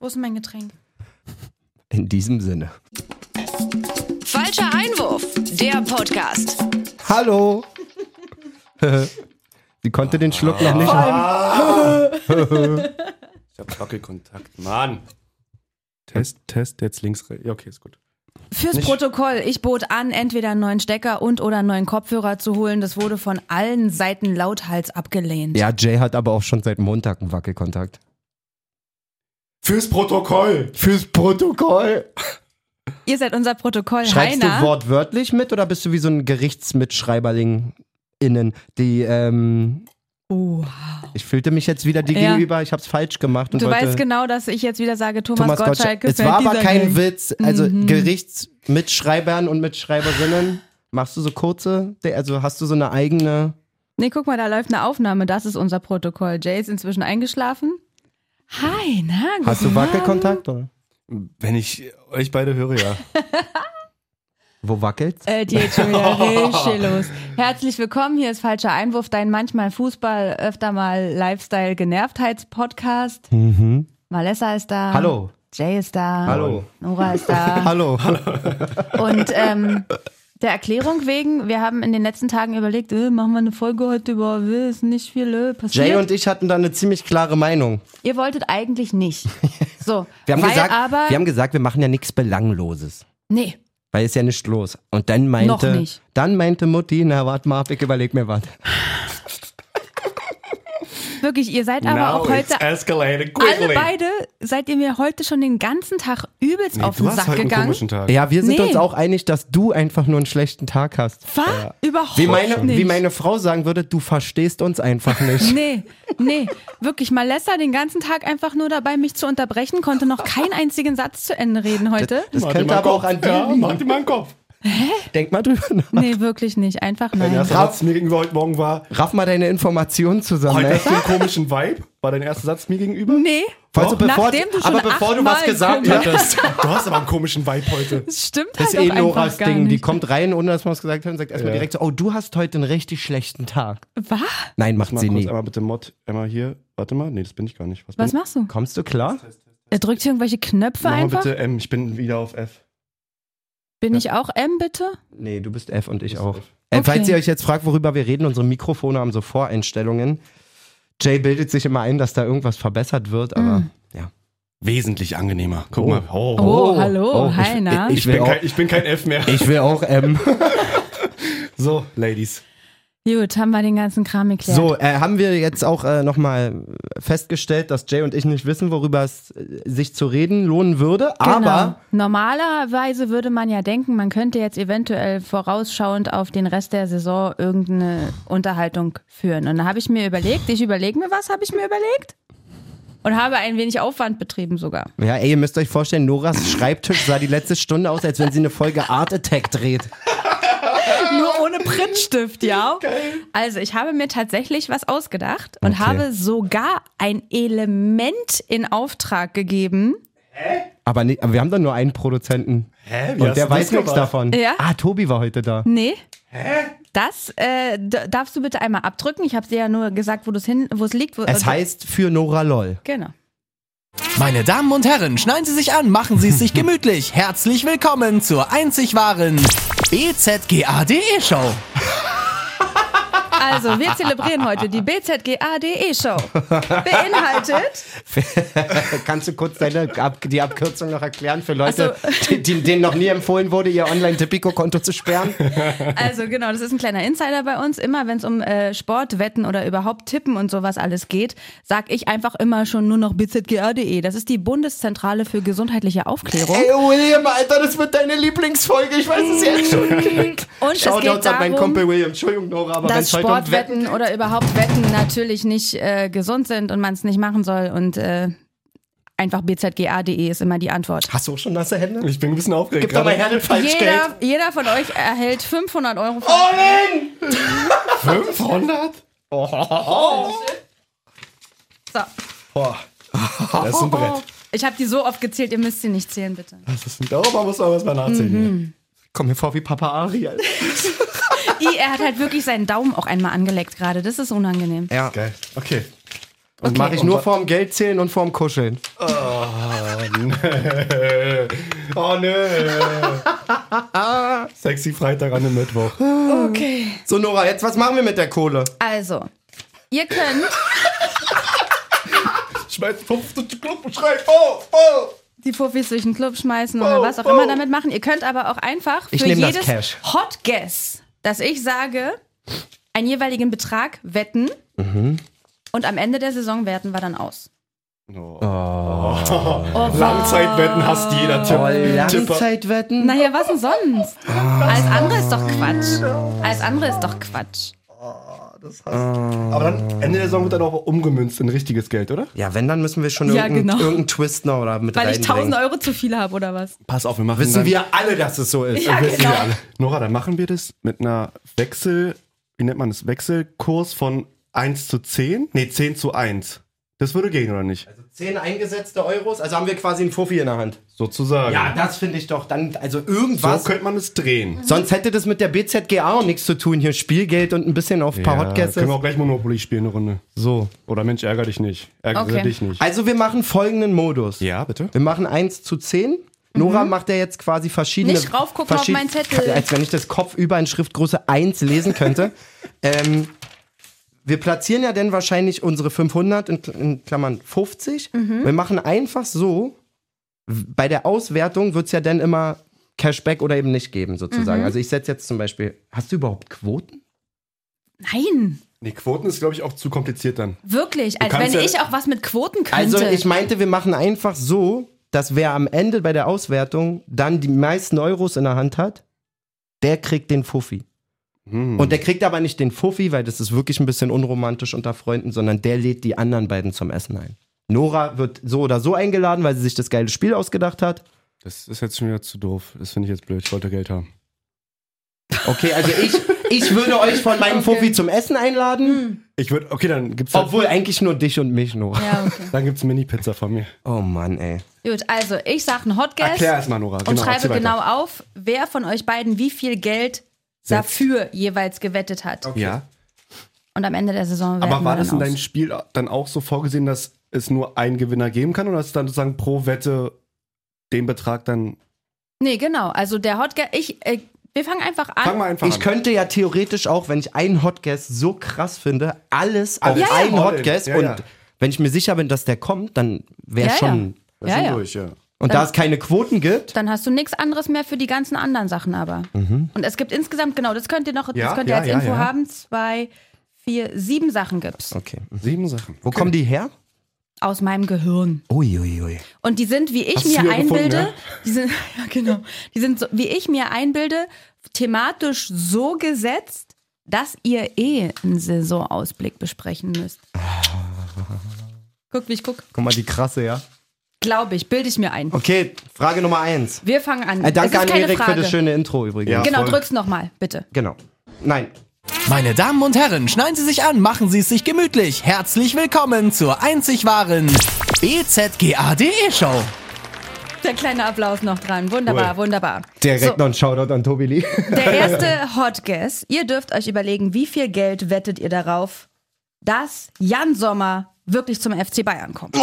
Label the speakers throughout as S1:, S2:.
S1: Wo ist mein Getränk?
S2: In diesem Sinne.
S3: Falscher Einwurf, der Podcast.
S2: Hallo! Sie konnte den Schluck noch nicht.
S4: Ich hab Wackelkontakt. Mann!
S5: Test, Test, jetzt links, rechts. Ja, okay, ist gut.
S1: Fürs Protokoll, ich bot an, entweder einen neuen Stecker und oder einen neuen Kopfhörer zu holen. Das wurde von allen Seiten lauthals abgelehnt.
S2: Ja, Jay hat aber auch schon seit Montag einen Wackelkontakt.
S4: Fürs Protokoll!
S2: Fürs Protokoll!
S1: Ihr seid unser Protokoll,
S2: Schreibst
S1: Heiner.
S2: du wortwörtlich mit oder bist du wie so ein Gerichtsmitschreiberling innen? Die, ähm,
S1: oh.
S2: ich fühlte mich jetzt wieder dir
S1: Ja.
S2: gegenüber, ich hab's falsch gemacht und
S1: Du
S2: wollte
S1: weißt genau, dass ich jetzt wieder sage, Thomas,
S2: Thomas
S1: Gottschalk
S2: Gottschalk. Es
S1: gefällt
S2: war aber
S1: dieser
S2: kein
S1: Gang.
S2: Witz. Also
S1: Mhm.
S2: Gerichtsmitschreibern und Mitschreiberinnen. Machst du so kurze, also hast du so eine eigene.
S1: Nee, guck mal, da läuft eine Aufnahme. Das ist unser Protokoll. Jay ist inzwischen eingeschlafen. Hi, na, guten
S2: Hast du Wackelkontakt? Oder?
S5: Wenn ich euch beide höre, ja.
S2: Wo wackelt's?
S1: Äh, die geht schon wieder richtig los. Herzlich willkommen, hier ist Falscher Einwurf, dein manchmal Fußball, öfter mal Lifestyle-Genervtheits-Podcast. Valessa ist da.
S2: Mhm. Hallo.
S1: Jay ist da.
S2: Hallo.
S1: Nora ist da.
S2: Hallo.
S1: Und ähm, der Erklärung wegen, wir haben in den letzten Tagen überlegt, äh, machen wir eine Folge heute über, äh, ist nicht viel äh, passiert.
S2: Jay und ich hatten da eine ziemlich klare Meinung.
S1: Ihr wolltet eigentlich nicht. So,
S2: Wir haben,
S1: weil
S2: gesagt,
S1: aber,
S2: wir haben gesagt, wir machen ja nichts Belangloses.
S1: nee,
S2: Weil ist ja nichts los. Und dann meinte,
S1: Noch nicht.
S2: dann meinte Mutti, na warte mal ab, ich überleg mir was.
S1: wirklich, ihr seid
S2: Genau,
S1: aber auch
S2: äh,
S1: heute
S5: escalating
S1: Alle beide seid ihr mir heute schon den ganzen Tag übelst auf den
S5: du hast
S1: Sack
S5: heute einen
S1: gegangen.
S5: komischen Tag.
S2: Ja, wir sind
S1: Nee.
S2: uns auch einig, dass du einfach nur einen schlechten Tag hast.
S1: War überhaupt
S2: Wie meine,
S1: nicht.
S2: wie meine Frau sagen würde, du verstehst uns einfach nicht.
S1: nee, nee, wirklich. Malessa den ganzen Tag einfach nur dabei, mich zu unterbrechen, konnte noch keinen einzigen Satz zu Ende reden heute.
S2: Das könnte aber auch an dir
S5: Halt Ja,
S2: liegen.
S5: mach dir mal einen Kopf.
S2: Denk mal drüber nach.
S1: Nee, wirklich nicht. Einfach
S5: Dein
S1: nein.
S5: erster Satz mir gegenüber heute Morgen war,
S2: Raff mal deine Informationen zusammen.
S5: heute Halt
S2: ey.
S5: hast du einen komischen Vibe, war dein erster Satz mir gegenüber.
S1: Nee,
S2: Weißt du, bevor,
S1: nachdem du schon
S2: aber bevor du was
S1: achtmal
S2: gesagt
S1: gekommen
S2: hattest.
S5: Du hast aber einen komischen Vibe heute.
S1: das stimmt
S2: Das ist
S1: halt
S2: eh
S1: auch einfach
S2: Noras
S1: gar
S2: Ding. Die
S1: nicht.
S2: kommt rein, ohne dass man es gesagt hat, und sagt erstmal
S5: Ja.
S2: direkt so: Oh, du hast heute einen richtig schlechten Tag.
S1: Was?
S2: Nein, macht
S5: Mal
S2: sie
S5: kurz
S2: nie.
S5: einmal bitte Mod, einmal hier. Warte mal, nee, das bin ich gar nicht.
S1: Was
S2: Hm.
S5: bin
S1: machst du?
S2: Kommst du klar?
S1: Er drückt hier irgendwelche Knöpfe
S5: Mach mal
S1: einfach.
S5: bitte M, ich bin wieder auf F.
S1: Bin ich auch M, bitte?
S2: Nee, du bist F und ich
S5: bist
S2: auch.
S5: F.
S2: Äh,
S1: Okay.
S2: Falls ihr euch jetzt fragt, worüber wir reden, unsere Mikrofone haben so Voreinstellungen. Jay bildet sich immer ein, dass da irgendwas verbessert wird,
S1: Mm.
S2: aber ja.
S5: Wesentlich angenehmer. Guck
S2: Oh.
S5: mal. Oh.
S1: Oh,
S2: Oh,
S1: hallo,
S2: oh, ich-
S1: hi, na?
S2: ich-
S5: Ich, bin
S2: will
S5: kein,
S2: auch-
S5: ich bin kein F mehr.
S2: Ich will auch ähm, M.
S5: So, Ladies.
S1: Gut, haben wir den ganzen Kram geklärt.
S2: So, äh, haben wir jetzt auch äh, nochmal festgestellt, dass Jay und ich nicht wissen, worüber es äh, sich zu reden lohnen würde, aber
S1: Genau. Normalerweise würde man ja denken, man könnte jetzt eventuell vorausschauend auf den Rest der Saison irgendeine Unterhaltung führen. Und da habe ich mir überlegt, ich überlege mir was, habe ich mir überlegt. Und habe ein wenig Aufwand betrieben sogar.
S2: Ja, ey, ihr müsst euch vorstellen, Noras Schreibtisch sah die letzte Stunde aus, als wenn sie eine Folge Art Attack dreht.
S1: Nur ohne Printstift, ja. Also ich habe mir tatsächlich was ausgedacht und
S2: Okay.
S1: habe sogar ein Element in Auftrag gegeben.
S2: Aber, nee, aber wir haben doch nur einen Produzenten.
S5: Hä?
S2: und der weiß nichts davon.
S1: Ja.
S2: Ah, Tobi war heute da.
S1: Nee. Das äh, d- darfst du bitte einmal abdrücken. Ich habe dir ja nur gesagt, wo du es hin, wo es liegt. Wo,
S2: Es heißt für Nora LOL.
S1: genau.
S6: Meine Damen und Herren, schneiden Sie sich an, machen Sie es sich gemütlich. Herzlich willkommen zur einzig wahren E BZGADE E Show.
S1: Also, wir zelebrieren heute die BZGADE-Show. E Beinhaltet.
S2: Kannst du kurz deine Ab die Abkürzung noch erklären für Leute,
S1: Ach
S2: die, die, denen noch nie empfohlen wurde, ihr Online-Tippico-Konto zu sperren?
S1: Also, genau, das ist ein kleiner Insider bei uns. Immer, wenn es um äh, Sport, Wetten oder überhaupt Tippen und sowas alles geht, sag ich einfach immer schon nur noch BZGADE. E. Das ist die Bundeszentrale für gesundheitliche Aufklärung.
S2: Ey, William, Alter, das wird deine Lieblingsfolge. Ich weiß es jetzt schon.
S1: Und es geht
S2: Shoutouts oh, an meinen
S1: darum,
S2: Kumpel William. Entschuldigung, Nora, aber wenn
S1: dass
S2: es heute um Wetten
S1: Sportwetten oder überhaupt Wetten natürlich nicht äh, gesund sind und man es nicht machen soll. Und äh, einfach BZGADE E ist immer die Antwort.
S2: Hast du auch schon nasse Hände?
S5: Ich bin ein bisschen aufgeregt.
S2: Gib doch mal
S5: gerade.
S2: her den Falschgeld.
S1: Jeder, jeder von euch erhält 500 Euro.
S2: Oh!
S1: Von
S2: Ohren!
S5: 500?
S1: so.
S5: Boah. Das ist ein Brett.
S1: Oh, Ich habe die so oft gezählt, ihr müsst sie nicht zählen, bitte.
S5: Das ist ein,
S2: Oh,
S5: darüber muss man was mal nachzählen.
S1: Mhm.
S2: Komm mir vor wie Papa Ariel.
S1: I, er hat halt wirklich seinen Daumen auch einmal angeleckt gerade. Das ist unangenehm.
S2: Ja.
S5: Geil. Okay.
S2: Das mache ich nur vorm Geld zählen und vorm Kuscheln.
S5: Oh nö. Sexy Freitag an dem Mittwoch.
S1: Okay.
S2: So, Nora, jetzt was machen wir mit der Kohle?
S1: Also, ihr könnt
S5: Schmeißt Puff durch den Club und schreit, oh, oh.
S1: die Puffis durch den Club schmeißen oder was auch immer damit machen. Ihr könnt aber auch einfach für
S2: Ich nehm das
S1: jedes
S2: Cash.
S1: Hot Guess, dass ich sage, einen jeweiligen Betrag wetten
S2: Mhm.
S1: und am Ende der Saison werten wir dann aus.
S5: Langzeitwetten hasst jeder
S2: Oh.
S5: Tipp. Tipper.
S2: Langzeitwetten?
S1: Naja, was denn sonst?
S2: Ah.
S1: Alles andere ist doch Quatsch. Alles andere ist doch Quatsch.
S5: Aber dann Ende der Saison wird dann auch umgemünzt in richtiges Geld, oder?
S2: Ja, wenn, dann müssen wir schon
S1: Ja,
S2: irgendeinen
S1: genau.
S2: irgendein Twist noch oder mit
S1: Weil ich 1000
S2: reinbringen.
S1: Euro zu viel habe oder was?
S5: Pass auf, wir machen
S2: Wissen wir alle, dass es so ist.
S1: Ja, genau.
S5: Nora, dann machen wir das mit einer Wechsel, wie nennt man das? Wechselkurs von 1 zu 10? Nee, 10 zu 1. Das würde gehen, oder nicht?
S2: Zehn eingesetzte Euros, also haben wir quasi einen Fuffi in der Hand.
S5: Sozusagen.
S2: Ja, das finde ich doch dann, also
S5: so
S2: irgendwas.
S5: könnte man es
S1: Mhm.
S5: drehen.
S2: Sonst hätte das mit der BZGA auch nichts zu tun. Hier Spielgeld und ein bisschen auf ein paar
S5: ja,
S2: Hotgäste.
S5: können wir auch gleich Monopoly spielen, eine Runde.
S2: So.
S5: Oder Mensch, ärger dich nicht. Ärger
S1: Okay.
S5: dich nicht.
S2: Also wir machen folgenden Modus.
S5: Ja, bitte.
S2: Mhm. Wir machen 1 zu 10. Nora macht ja jetzt quasi verschiedene...
S1: Mhm. Nicht raufgucken auf
S2: verschied-
S1: meinen Zettel.
S2: Als wenn ich das Kopf über in Schriftgröße 1 lesen könnte. ähm, wir platzieren ja dann wahrscheinlich unsere 500 in, Kl- in Klammern 50.
S1: Mhm.
S2: Wir machen einfach so, w- bei der Auswertung wird es ja dann immer Cashback oder eben nicht geben
S1: Mhm.
S2: sozusagen. Also ich setze jetzt zum Beispiel, hast du überhaupt Quoten?
S1: Nein,
S5: Nee, Quoten ist, glaube ich, auch zu kompliziert dann.
S1: wirklich. Als wenn
S5: kannst ja-
S1: ich auch was mit Quoten könnte.
S2: Also ich meinte, wir machen einfach so, dass wer am Ende bei der Auswertung dann die meisten Euros in der Hand hat, der kriegt den Fuffi. Und der kriegt aber nicht den Fuffi, weil das ist wirklich ein bisschen unromantisch unter Freunden, sondern der lädt die anderen beiden zum Essen ein. Nora wird so oder so eingeladen, weil sie sich das geile Spiel ausgedacht hat.
S5: Das ist jetzt schon wieder zu doof. Das finde ich jetzt blöd. Ich wollte Geld haben.
S2: Okay, also ich, ich würde euch von meinem Fuffi zum Essen einladen,
S5: Ich würde, okay, dann gibt's halt,
S2: obwohl eigentlich nur dich und mich, Nora.
S1: Hm. ja, okay.
S5: dann gibt's Mini-Pizza von mir.
S2: Oh Mann, ey.
S1: Gut, also ich sage einen Hot Guess.
S5: Erklär erstmal, Nora.
S1: Und
S5: Genau, erzähl
S1: schreibe
S5: weiter.
S1: genau auf, wer von euch beiden wie viel Geld dafür jeweils gewettet hat.
S5: Ja.
S1: Und am Ende der Saison werden
S5: Aber war
S1: wir
S5: das in
S1: dann
S5: deinem
S1: aus.
S5: Spiel dann auch so vorgesehen, dass es nur einen Gewinner geben kann oder ist dann sozusagen pro Wette den Betrag dann.
S1: Nee, genau. Also der Hot Guess, ich, äh, wir fangen einfach an.
S5: Fang mal einfach
S2: Ich
S5: an.
S2: könnte ja theoretisch auch, wenn ich einen Hotguess so krass finde, alles auf
S5: Alles
S2: einen
S5: all in.
S2: Hotguess
S5: Ja,
S2: und
S5: ja.
S2: wenn ich mir sicher bin, dass der kommt, dann wäre
S1: Ja,
S2: schon.
S5: Wir
S1: ja,
S5: sind
S1: ja.
S5: durch, ja.
S2: Und da es keine Quoten gibt,
S1: Dann hast du nichts anderes mehr für die ganzen anderen Sachen aber. Und es gibt insgesamt, genau, das könnt ihr noch,
S5: Mhm. Ja,
S1: das könnt
S5: ja,
S1: ihr als
S5: ja,
S1: Info
S5: ja.
S1: haben, zwei, vier, sieben Sachen gibt's
S2: okay. Hm.
S5: Sieben Sachen.
S2: Wo kommen die her?
S1: aus meinem Gehirn.
S2: Uiuiui.
S1: Und die sind, wie ich
S5: Hast du
S1: mir
S5: sie ja
S1: einbilde,
S2: ne?
S5: gefunden,
S1: die sind, ja genau, die sind, so, wie ich mir einbilde, thematisch so gesetzt, dass ihr eh einen Saisonausblick besprechen müsst. Guck, wie ich guck.
S2: Guck mal, die krasse, ja.
S1: Glaube ich, bilde ich mir ein.
S2: Okay, Frage Nummer eins.
S1: Wir fangen an. es
S2: Äh,
S1: ist
S2: danke an
S1: keine
S2: Erik
S1: Frage.
S2: für das schöne Intro übrigens.
S5: Ja.
S1: Genau,
S5: Erfolg.
S1: drück's nochmal, bitte.
S2: Genau. Nein.
S6: Meine Damen und Herren, schneiden Sie sich an, machen Sie es sich gemütlich. Herzlich willkommen zur einzig wahren E BZGADE E Show.
S1: Der kleine Applaus noch dran. Wunderbar, wunderbar.
S2: Direkt
S1: So.
S2: noch ein Shoutout an Tobi Lee.
S1: Der erste Hot Guess. Ihr dürft euch überlegen, wie viel Geld wettet ihr darauf, dass Jan Sommer wirklich zum FC Bayern kommt.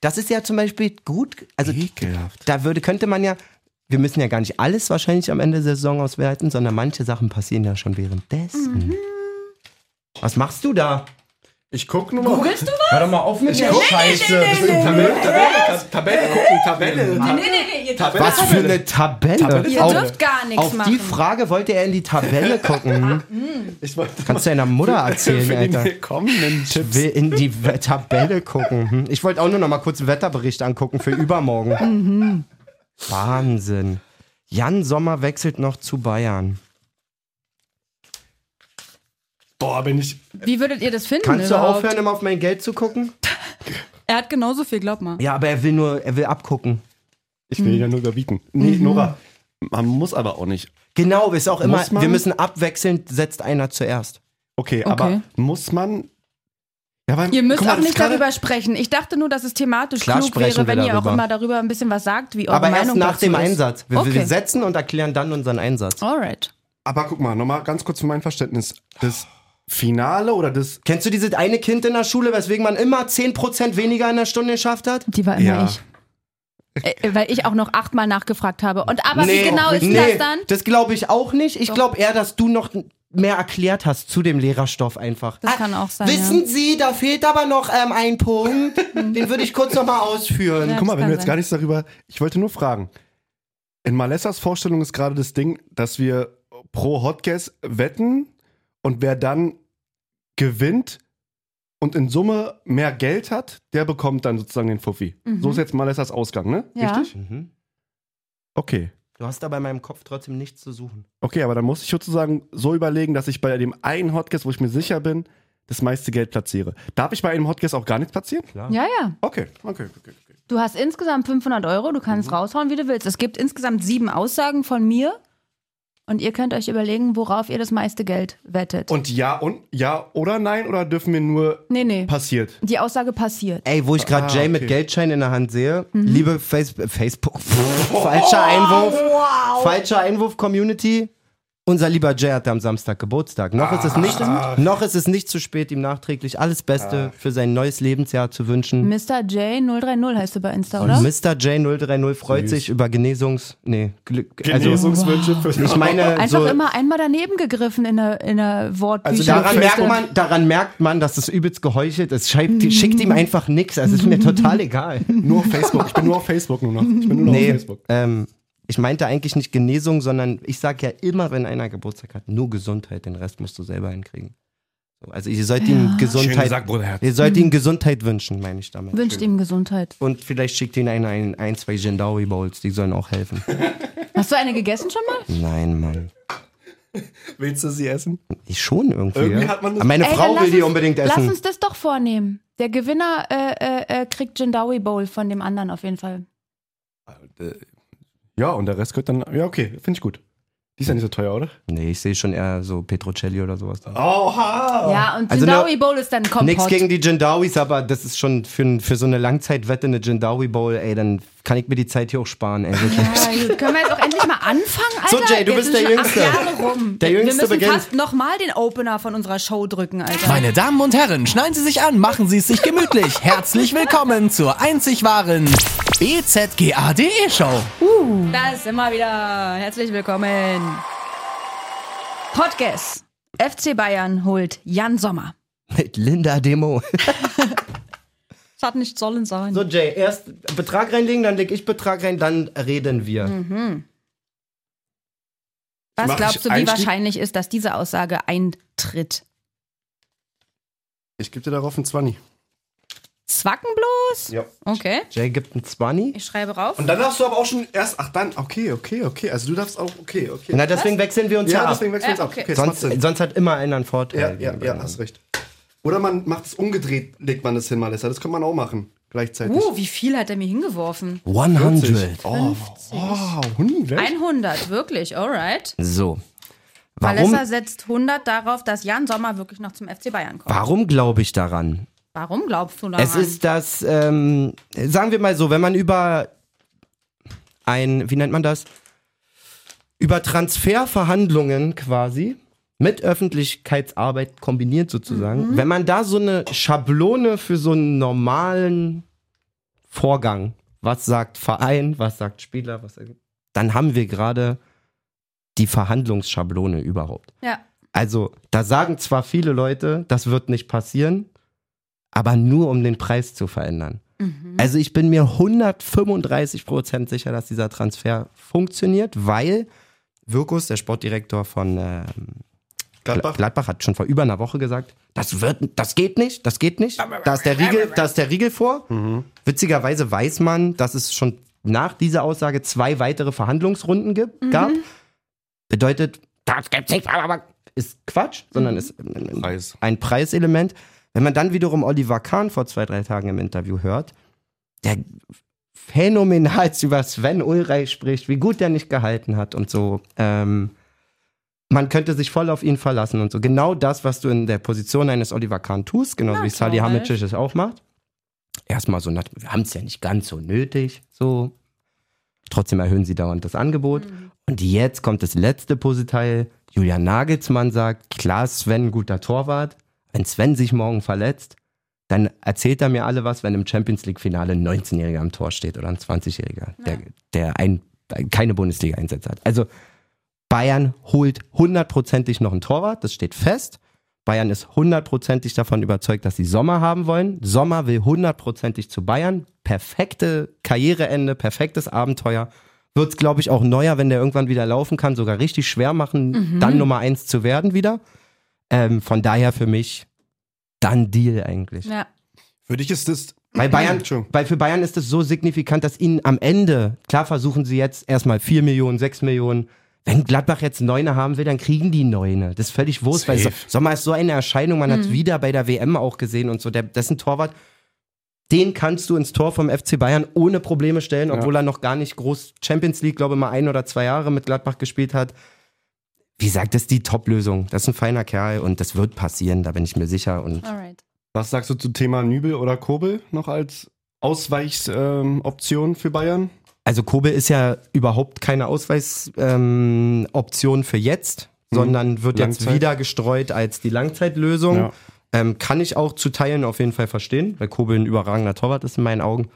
S2: Das ist ja zum Beispiel gut. Also
S5: Ekelhaft.
S2: da würde, könnte man ja, wir müssen ja gar nicht alles wahrscheinlich am Ende der Saison auswerten, sondern manche Sachen passieren ja schon währenddessen. Was machst du da?
S5: Ich guck nur mal. Googelst du
S2: Hör doch mal auf mit der Scheiße.
S5: Tabelle, Tabelle, Tabelle gucken, Tabelle.
S1: Nee, nee, nee, ihr dürft,
S2: Was für eine Tabelle.
S1: ihr
S2: Auf-
S1: dürft gar nichts
S2: Auf
S1: machen. Mhm.
S2: die Frage wollte er in die Tabelle gucken.
S5: Ich wollte
S2: Kannst du deiner Mutter erzählen, Alter.
S5: willkommenen Tipps.
S2: Will in die We- Tabelle gucken. Hm. Ich wollte auch nur noch mal kurz einen Wetterbericht angucken für übermorgen.
S1: Mhm.
S2: Wahnsinn. Jan Sommer wechselt noch zu Bayern.
S5: Boah, bin ich.
S1: Wie würdet ihr das finden?
S2: Kannst du
S1: überhaupt?
S2: aufhören, immer auf mein Geld zu gucken?
S1: Er hat genauso viel, glaub mal.
S2: Ja, aber er will nur, er will abgucken.
S5: Ich will ja nur überbieten. Nee, Nora. Man muss aber auch nicht.
S2: Genau, ist auch immer,
S5: Muss man?
S2: wir müssen abwechselnd, setzt einer zuerst.
S5: Okay,
S1: Okay.
S5: aber muss man. Ja, weil,
S1: Ihr müsst
S5: guck mal,
S1: auch
S5: das ist
S1: nicht
S5: gerade-
S1: darüber sprechen. Ich dachte nur, dass es thematisch
S2: Klar
S1: klug
S2: sprechen
S1: wäre,
S2: wir
S1: wenn ihr auch
S2: darüber.
S1: immer darüber ein bisschen was sagt, wie eure
S2: aber
S1: Meinung
S2: erst nach
S1: dazu
S2: dem
S1: ist.
S2: Einsatz. Wir,
S1: okay.
S2: wir setzen und erklären dann unseren Einsatz.
S1: Alright.
S5: Aber guck mal, nochmal ganz kurz für mein Verständnis. Das Finale oder das.
S2: Kennst du dieses eine Kind in der Schule, weswegen man immer 10% weniger in der Stunde geschafft hat?
S1: Die war immer
S5: Ja.
S1: ich. Äh, weil ich auch noch achtmal nachgefragt habe. Und aber wie genau ist das dann?
S2: Das glaube ich auch nicht. Ich glaube eher, dass du noch mehr erklärt hast zu dem Lehrerstoff einfach.
S1: Das kann auch sein,
S2: Ah, Wissen Sie, da fehlt aber noch ähm, ein Punkt. Den würde ich kurz nochmal ausführen.
S1: Ja.
S5: Guck mal,
S1: das kann
S5: wenn wir jetzt
S1: sein.
S5: gar nichts darüber. Ich wollte nur fragen. In Malessas Vorstellung ist gerade das Ding, dass wir pro Hotcast wetten und wer dann gewinnt und in Summe mehr Geld hat, der bekommt dann sozusagen den Fuffi. So ist jetzt Malessas Ausgang, ne?
S1: Mhm. Ja.
S5: Richtig?
S2: Mhm.
S5: Okay.
S2: Du hast aber in meinem Kopf trotzdem nichts zu suchen.
S5: Okay, aber dann muss ich sozusagen so überlegen, dass ich bei dem einen Hotcast, wo ich mir sicher bin, das meiste Geld platziere. Darf ich bei einem Hotcast auch gar nichts platzieren?
S1: Ja, ja.
S5: Okay, okay, okay. okay.
S1: Du hast insgesamt 500 Euro, du
S2: Mhm.
S1: kannst raushauen, wie du willst. Es gibt insgesamt sieben Aussagen von mir und ihr könnt euch überlegen, worauf ihr das meiste Geld wettet.
S5: Und ja und ja oder nein oder dürfen wir nur
S1: nee, nee.
S5: passiert?
S1: Die Aussage passiert.
S2: Ey, wo ich gerade
S5: Ah,
S2: Jay
S5: okay.
S2: mit Geldschein in der Hand sehe,
S1: Mhm.
S2: liebe Face Facebook, falscher Einwurf, falscher Einwurf Community. Unser lieber Jay hat am Samstag Geburtstag. Noch ist es nicht,
S5: Ah,
S2: noch ist es nicht zu spät, ihm nachträglich alles Beste für sein neues Lebensjahr zu wünschen.
S1: Mr. J030 heißt du bei Insta, oder?
S2: Mr. Jay 030 freut sich über Genesungs, nee, Glück, also
S4: Genesungswünsche für
S2: ich meine
S1: Einfach
S2: so also
S1: immer einmal daneben gegriffen in der, in der Wortbücher.
S2: Daran merkt, man, daran merkt man, dass es übelst geheuchelt ist.
S1: Mhm.
S2: Schreibt, schickt ihm einfach nichts. Also ist mir total egal.
S5: Nur auf Facebook. Ich bin nur auf Facebook nur noch. Ich bin nur noch
S2: Nee,
S5: auf Facebook.
S2: ähm, ich meinte eigentlich nicht Genesung, sondern ich sage ja immer, wenn einer Geburtstag hat, nur Gesundheit, den Rest musst du selber hinkriegen. So, Also ihr sollt ihm Gesundheit, ihr sollt
S1: Mhm.
S2: ihm Gesundheit wünschen, meine ich damit.
S1: Wünscht ihm Gesundheit.
S2: Und vielleicht schickt ihn einer ein, ein zwei Gendawi Bowls, die sollen auch helfen.
S1: Hast du eine gegessen schon mal?
S2: Nein, Mann.
S5: Willst du sie essen?
S2: Ich schon irgendwie.
S5: Irgendwie
S2: ja.
S5: hat man das-
S2: Aber Meine
S1: Ey, dann
S2: Frau
S1: lass
S2: will die
S1: uns-
S2: unbedingt
S1: Lass
S2: essen.
S1: uns das doch vornehmen. Der Gewinner äh, äh, äh, kriegt Jindawi Bowl von dem anderen auf jeden Fall.
S5: Ja, und der Rest gehört dann. Ja, okay, finde ich gut. Die ist ja nicht so teuer, oder?
S2: Nee, ich sehe schon eher so Petrocelli oder sowas.
S5: Oha!
S1: Ja, und
S2: Also
S1: Jindawi Bowl ist dann Kompott.
S2: Nichts gegen die Jindawis, aber das ist schon für, für so eine Langzeitwette eine Jindawi Bowl, ey, dann kann ich mir die Zeit hier auch sparen, ey. wirklich.
S1: Ja, gut. Können wir jetzt auch endlich mal anfangen, Alter?
S2: So, Jay, du
S1: Jetzt
S2: bist
S1: sind
S2: der
S1: schon acht
S2: Jüngste.
S1: Jahre rum.
S2: Der Jüngste
S1: Wir müssen
S2: beginnt.
S1: fast nochmal den Opener von unserer Show drücken, Alter.
S6: Meine Damen und Herren, schneiden Sie sich an, machen Sie es sich gemütlich. Herzlich willkommen zur einzig wahren E EZGADE E Show.
S1: Da ist immer wieder. Herzlich willkommen. Podcast. FC Bayern holt Jan Sommer.
S2: Mit Linda Demo.
S1: Das hat nicht sollen sein.
S2: So, Jay, erst Betrag reinlegen, dann leg ich Betrag rein, dann reden wir.
S1: Was
S5: Mach
S1: glaubst
S5: ich
S1: du, wie
S5: Einstieg?
S1: wahrscheinlich ist, dass diese Aussage eintritt?
S5: Ich gebe dir darauf einen 20.
S1: Zwacken bloß?
S5: Ja.
S1: Okay.
S2: Jay gibt einen 20.
S1: Ich schreibe rauf.
S5: Und dann darfst du aber auch schon erst. Ach, dann. Okay, okay, okay. Also du darfst auch. Okay, okay.
S2: Na, deswegen wechseln wir uns ja,
S5: ja,
S2: ab.
S5: deswegen wechseln
S1: Ja,
S5: wir uns ab.
S1: okay.
S5: Okay, das macht Sinn.
S2: Sonst, sonst hat immer einer einen
S5: Ja,
S2: Vorteil.
S5: ja,
S2: gegenüber
S5: ja,
S2: anderen.
S5: hast recht. Oder man macht es umgedreht, legt man das hin, Malessa. Das kann man auch machen. Gleichzeitig.
S1: Oh, wie viel hat er mir hingeworfen?
S2: 100.
S5: Oh, wow. 100?
S1: 100, wirklich, alright.
S2: So.
S1: Valessa
S2: Warum,
S1: setzt 100 darauf, dass Jan Sommer wirklich noch zum FC Bayern kommt.
S2: warum glaube ich daran?
S1: Warum glaubst du daran?
S2: Es ist das, ähm, sagen wir mal so, wenn man über ein, wie nennt man das? Über Transferverhandlungen quasi mit Öffentlichkeitsarbeit kombiniert sozusagen. Wenn man da so eine Schablone für so einen normalen Vorgang, was sagt Verein, was sagt Spieler, was sagt, dann haben wir gerade die Verhandlungsschablone überhaupt.
S1: ja.
S2: Also, da sagen zwar viele Leute, das wird nicht passieren, aber nur um den Preis zu verändern. Also, ich bin mir 135 Prozent sicher, dass dieser Transfer funktioniert, weil Wirkus, der Sportdirektor von ähm, Gladbach. hat schon vor über einer Woche gesagt, das wird, das geht nicht, das geht nicht. Da ist der Riegel, da ist der Riegel vor. Witzigerweise weiß man, dass es schon nach dieser Aussage zwei weitere Verhandlungsrunden gibt, gab. Bedeutet, das gibt's nicht, aber- Mhm. aber- ist Quatsch, sondern ist ein-
S5: Preis.
S2: ein Preiselement. Wenn man dann wiederum Oliver Kahn vor zwei, drei Tagen im Interview hört, der phänomenal über Sven Ulreich spricht, wie gut der nicht gehalten hat und so. Ähm, man könnte sich voll auf ihn verlassen und so. Genau das, was du in der Position eines Oliver Kahn tust, genauso
S1: Na,
S2: wie Salihamidzic
S1: klar.
S2: es auch macht. Erstmal so, na, wir haben es ja nicht ganz so nötig, so. Trotzdem erhöhen sie dauernd das Angebot. Und jetzt kommt das letzte Puzzleteil. Julian Nagelsmann sagt, klar ist Sven ein guter Torwart. Wenn Sven sich morgen verletzt, dann erzählt er mir alle was, wenn im Champions League-Finale ein 19-Jähriger am Tor steht oder ein 20-Jähriger, der, der ein, keine Bundesliga-Einsätze hat. Also Bayern holt hundertprozentig noch einen Torwart, das steht fest. Bayern ist hundertprozentig davon überzeugt, dass sie Sommer haben wollen. Sommer will hundertprozentig zu Bayern. Perfekte Karriereende, perfektes Abenteuer. Wird es, glaube ich, auch neuer, wenn der irgendwann wieder laufen kann, sogar richtig schwer machen, dann Nummer eins zu werden wieder. Ähm, von daher für mich dann Deal eigentlich.
S1: Ja.
S5: Für dich ist das.
S2: Bei Bayern,
S5: Entschuldigung.
S2: bei, für Bayern ist es so signifikant, dass ihnen am Ende, klar versuchen sie jetzt erstmal 4 Millionen, 6 Millionen. Wenn Gladbach jetzt Neune haben will, dann kriegen die Neune. Das ist völlig Wurst, weil so,
S4: Safe.
S2: Sommer ist so eine Erscheinung, man hat's hat es wieder bei der WM auch gesehen und so. Der, das ist ein Torwart, den kannst du ins Tor vom FC Bayern ohne Probleme stellen, obwohl er noch gar nicht groß Champions League, glaube ich, mal ein oder zwei Jahre mit Gladbach gespielt hat. Wie gesagt, das ist die Top-Lösung. Das ist ein feiner Kerl und das wird passieren, da bin ich mir sicher. Und
S1: Alright.
S5: Was sagst du zum Thema Nübel oder Kobel noch als Ausweichoption ähm, Option für Bayern?
S2: Also Kobe ist ja überhaupt keine Ausweisoption ähm, Option für jetzt, sondern wird jetzt
S5: Mhm. Langzeit.
S2: wieder gestreut als die Langzeitlösung.
S5: Ja.
S2: Ähm, kann ich auch zu Teilen auf jeden Fall verstehen, weil Kobe ein überragender Torwart ist in meinen Augen.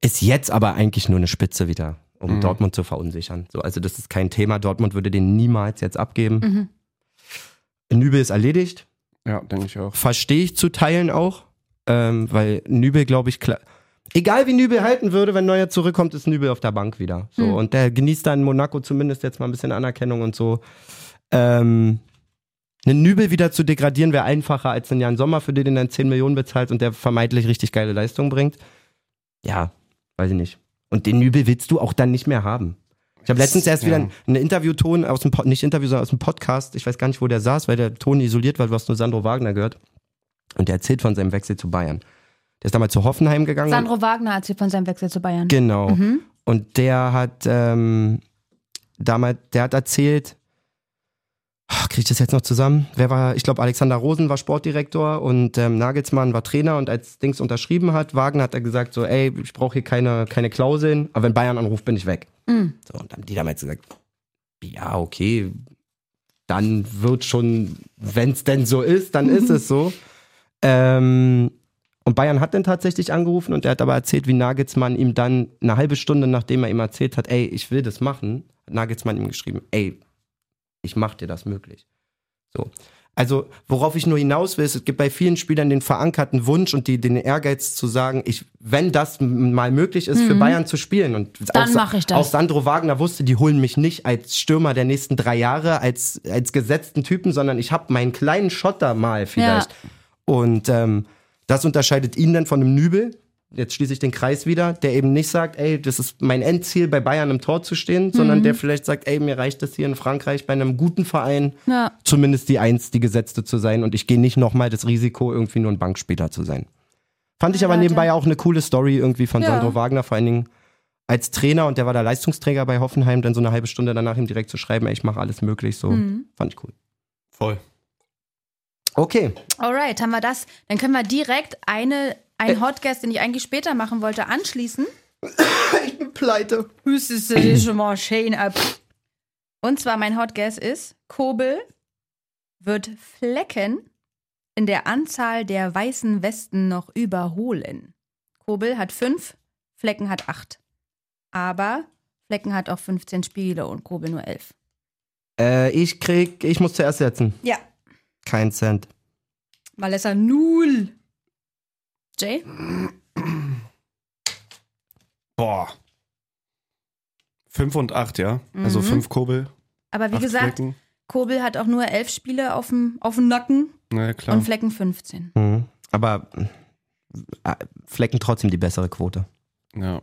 S2: Ist jetzt aber eigentlich nur eine Spitze wieder,
S5: Mhm.
S2: um Dortmund zu verunsichern. So, also das ist kein Thema. Dortmund würde den niemals jetzt abgeben. Nübel ist erledigt
S5: Ja, denke ich auch.
S2: verstehe ich zu Teilen auch, ähm, weil Nübel, glaube ich, klar. Egal wie Nübel halten würde, wenn Neuer zurückkommt, ist Nübel auf der Bank wieder. So, Und der genießt da in Monaco zumindest jetzt mal ein bisschen Anerkennung und so. Ähm, einen Nübel wieder zu degradieren wäre einfacher als einen Jan Sommer, für den du dann 10 Millionen bezahlt und der vermeintlich richtig geile Leistung bringt. Ja, weiß ich nicht. Und den Nübel willst du auch dann nicht mehr haben. Ich habe letztens erst wieder
S5: Ja.
S2: einen, einen Interviewton aus dem, Pod- nicht Interview, sondern aus dem Podcast. Ich weiß gar nicht, wo der saß, weil der Ton isoliert war. Du hast nur Sandro Wagner gehört. Und der erzählt von seinem Wechsel zu Bayern. Der ist damals zu Hoffenheim gegangen.
S1: Sandro Wagner erzählt von seinem Wechsel zu Bayern.
S2: Genau. Und der hat ähm, damals, der hat erzählt, kriege ich das jetzt noch zusammen? Wer war, ich glaube, Alexander Rosen war Sportdirektor und ähm, Nagelsmann war Trainer und als Dings unterschrieben hat, Wagner hat er gesagt, so, ey, ich brauche hier keine, keine Klauseln, aber wenn Bayern anruft, bin ich weg. So, und dann haben die damals gesagt, ja, okay, dann wird schon, wenn es denn so ist, dann ist es so. Ähm, und Bayern hat dann tatsächlich angerufen und er hat aber erzählt, wie Nagelsmann ihm dann eine halbe Stunde, nachdem er ihm erzählt hat, ey, ich will das machen, hat Nagelsmann ihm geschrieben, ey, ich mach dir das möglich. So. Also, worauf ich nur hinaus will, ist, es gibt bei vielen Spielern den verankerten Wunsch und die, den Ehrgeiz zu sagen, ich, wenn das m- mal möglich ist, für Bayern zu spielen. Und
S1: Mhm. Dann
S2: auch Sa-
S1: mach ich das.
S2: Auch Sandro Wagner wusste, die holen mich nicht als Stürmer der nächsten drei Jahre, als, als gesetzten Typen, sondern ich habe meinen kleinen Schotter mal vielleicht. Und ähm, das unterscheidet ihn dann von einem Nübel. Jetzt schließe ich den Kreis wieder, der eben nicht sagt, ey, das ist mein Endziel, bei Bayern im Tor zu stehen, sondern
S1: Mhm.
S2: der vielleicht sagt, ey, mir reicht das hier in Frankreich bei einem guten Verein,
S1: Ja.
S2: zumindest die Eins, die Gesetzte zu sein und ich gehe nicht nochmal das Risiko, irgendwie nur ein Bankspieler zu sein. Fand ich aber
S1: Ja, der-
S2: nebenbei auch eine coole Story irgendwie von
S1: Ja.
S2: Sandro Wagner, vor allen Dingen als Trainer und der war der Leistungsträger bei Hoffenheim, dann so eine halbe Stunde danach ihm direkt zu schreiben, ey, ich mache alles möglich, so
S1: Mhm.
S2: fand ich cool.
S5: Voll.
S2: Okay,
S1: Alright, haben wir das. Dann können wir direkt eine, einen Hotguest, den ich eigentlich später machen wollte, anschließen.
S2: pleite.
S1: Hüstest du dich schon mal schön ab. Und zwar mein Hotguest ist, Kobel wird Flecken in der Anzahl der weißen Westen noch überholen. Kobel hat fünf, Flecken hat acht. Aber Flecken hat auch 15 Spiele und Kobel nur elf.
S2: Äh, ich krieg, ich muss zuerst setzen.
S1: Ja.
S2: Kein Cent.
S1: Malessa null. Jay?
S5: Boah. Fünf und acht, ja? Also fünf Kobel.
S1: Aber Mhm. wie
S5: acht
S1: gesagt,
S5: Flecken.
S1: Kobel hat auch nur elf Spiele auf dem, auf dem Nacken
S5: Na ja, klar.
S1: und Flecken 15.
S2: Mhm. Aber äh, Flecken trotzdem die bessere Quote.
S5: ja.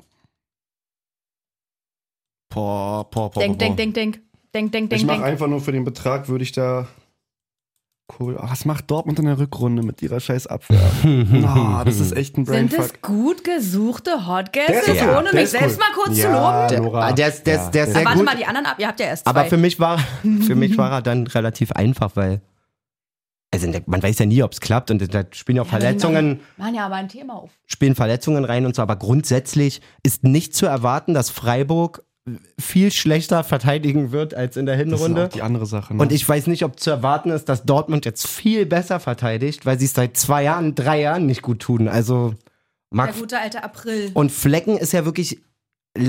S5: Boah, boah, boah.
S1: Denk,
S5: boah,
S1: denk,
S5: boah.
S1: denk, denk, denk, denk,
S5: Ich
S1: denk,
S5: mache
S1: denk.
S5: einfach nur für den Betrag, würde ich da. Kobel. Ah, was macht Dortmund in der Rückrunde mit ihrer scheiß Abwehr? Na, das ist echt ein
S1: Sind
S5: Brainfuck.
S1: es gut gesuchte
S5: Der
S1: Hotgasses,
S5: ist ja-
S1: ohne
S5: der
S1: mich
S5: ist
S1: selbst
S5: cool.
S1: mal kurz
S5: Ja,
S1: zu loben?
S5: Nora.
S2: der ist, der ist, der ist sehr
S1: Warte
S2: gut.
S1: mal die anderen ab, ihr habt ja erst zwei.
S2: aber für mich, war, für mich war er dann relativ einfach, weil also der- man weiß ja nie, ob es klappt und da spielen auch
S1: Ja, genau. aber die
S2: Verletzungen,
S1: Machen, machen ja aber ein Thema auf.
S2: spielen Verletzungen rein und so. Aber grundsätzlich ist nicht zu erwarten, dass Freiburg viel schlechter verteidigen wird als in der
S5: Das ist
S2: Hinrunde.
S5: auch die andere Sache. Ne?
S2: Und ich weiß nicht, ob zu erwarten ist, dass Dortmund jetzt viel besser verteidigt, weil sie es seit zwei Jahren, drei Jahren nicht gut tun. Also
S1: Der
S2: Marc
S1: gute alte April.
S2: und Flecken ist ja wirklich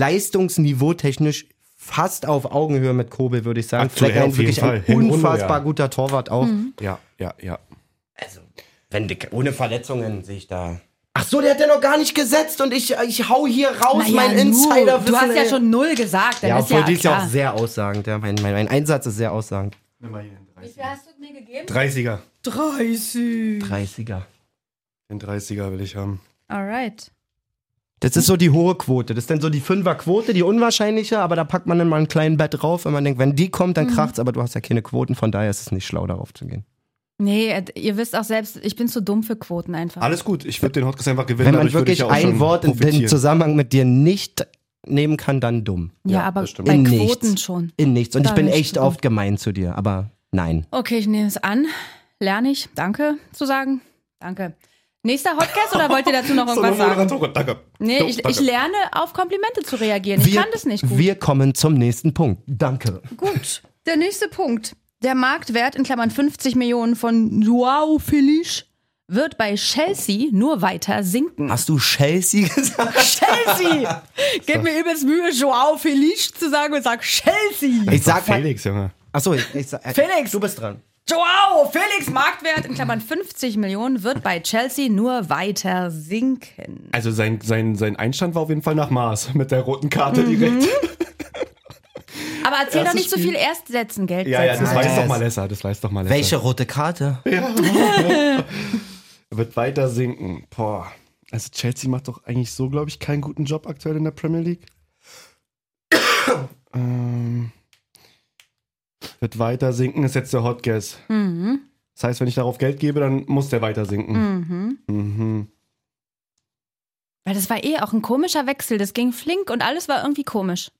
S2: Leistungsniveau technisch fast auf Augenhöhe mit Kobel, würde ich sagen.
S5: Aktuell
S2: Flecken
S5: auf
S2: ist wirklich
S5: jeden
S2: ein
S5: Fall. Hinrunde,
S2: unfassbar
S5: ja.
S2: guter Torwart auch.
S5: ja, ja, ja.
S2: Also, Wenn die- ohne Verletzungen sehe ich da. Ach so, der hat ja noch gar nicht gesetzt und ich, ich hau hier raus,
S1: Naja,
S2: mein
S1: nu,
S2: Insider.
S1: Du hast ja schon null gesagt. Dann
S2: Ja,
S1: ist
S2: obwohl
S1: ja
S2: die ist ja
S1: klar.
S2: auch sehr aussagend. Ja, mein, mein, mein Einsatz ist sehr aussagend.
S1: Wie viel hast du mir gegeben?
S5: 30er.
S1: 30.
S2: 30er.
S5: Den 30er will ich haben.
S1: Alright.
S2: Das ist so die hohe Quote. Das ist dann so die Fünferquote, die unwahrscheinliche, aber da packt man dann mal einen kleinen Bett drauf, wenn man denkt, wenn die kommt,
S1: Mhm.
S2: dann kracht's, aber du hast ja keine Quoten, von daher ist es nicht schlau, darauf zu gehen.
S1: Nee, äh, ihr wisst auch selbst, ich bin zu dumm für Quoten einfach.
S5: Alles gut, ich würde den Hotcast einfach gewinnen.
S2: Wenn man
S5: dadurch würde
S2: wirklich
S5: ich ja auch
S2: ein
S5: schon
S2: Wort in den
S5: profitieren.
S2: Zusammenhang mit dir nicht nehmen kann, dann dumm.
S1: ja, aber
S5: das stimmt.
S1: bei
S2: In
S1: Quoten
S2: nichts.
S1: schon.
S2: In nichts. Und ich
S1: Da
S2: bin
S1: bist
S2: echt
S1: du dumm.
S2: oft gemein zu dir, aber nein.
S1: Okay, ich nehme es an. Lerne ich. Danke zu sagen. Danke. Nächster Hotcast oder wollt ihr dazu noch
S5: So,
S1: irgendwas sagen?
S5: Moderatorin, danke.
S1: Nee,
S5: Jo,
S1: ich, ich
S5: danke.
S1: lerne auf Komplimente zu reagieren. Ich kann das nicht gut.
S2: Wir kommen zum nächsten Punkt. Danke.
S1: Gut, der nächste Punkt. Der Marktwert in Klammern 50 Millionen von Joao Felix wird bei Chelsea nur weiter sinken.
S2: Hast du Chelsea gesagt?
S1: Chelsea! Gebt mir übelst Mühe, Joao Felix zu sagen und sag Chelsea!
S2: Ich sag mal.
S5: Felix, Junge.
S2: Achso, ich, äh, ich sag.
S1: Felix!
S2: Du bist dran.
S1: Joao Felix Marktwert in Klammern 50 Millionen wird bei Chelsea nur weiter sinken.
S5: Also sein, sein, sein Einstand war auf jeden Fall nach Mars mit der roten
S1: Mhm.
S5: Karte direkt.
S1: Aber erzähl doch
S5: Erstes
S1: nicht so
S5: Spiel.
S1: viel Erstsätzen, Geld.
S5: Ja, ja, das
S2: Alter,
S5: weiß doch
S2: es-
S5: mal Lesser, das weiß doch mal Lesser.
S2: Welche rote Karte?
S5: Wird weiter sinken. Boah. Also Chelsea macht doch eigentlich so, glaube ich, keinen guten Job aktuell in der Premier League. ähm, wird weiter sinken, ist jetzt der Hot Guess.
S1: Mhm.
S5: Das heißt, wenn ich darauf Geld gebe, dann muss der weiter sinken.
S1: Mhm.
S5: Mhm.
S1: Weil das war eh auch ein komischer Wechsel. Das ging flink und alles war irgendwie komisch.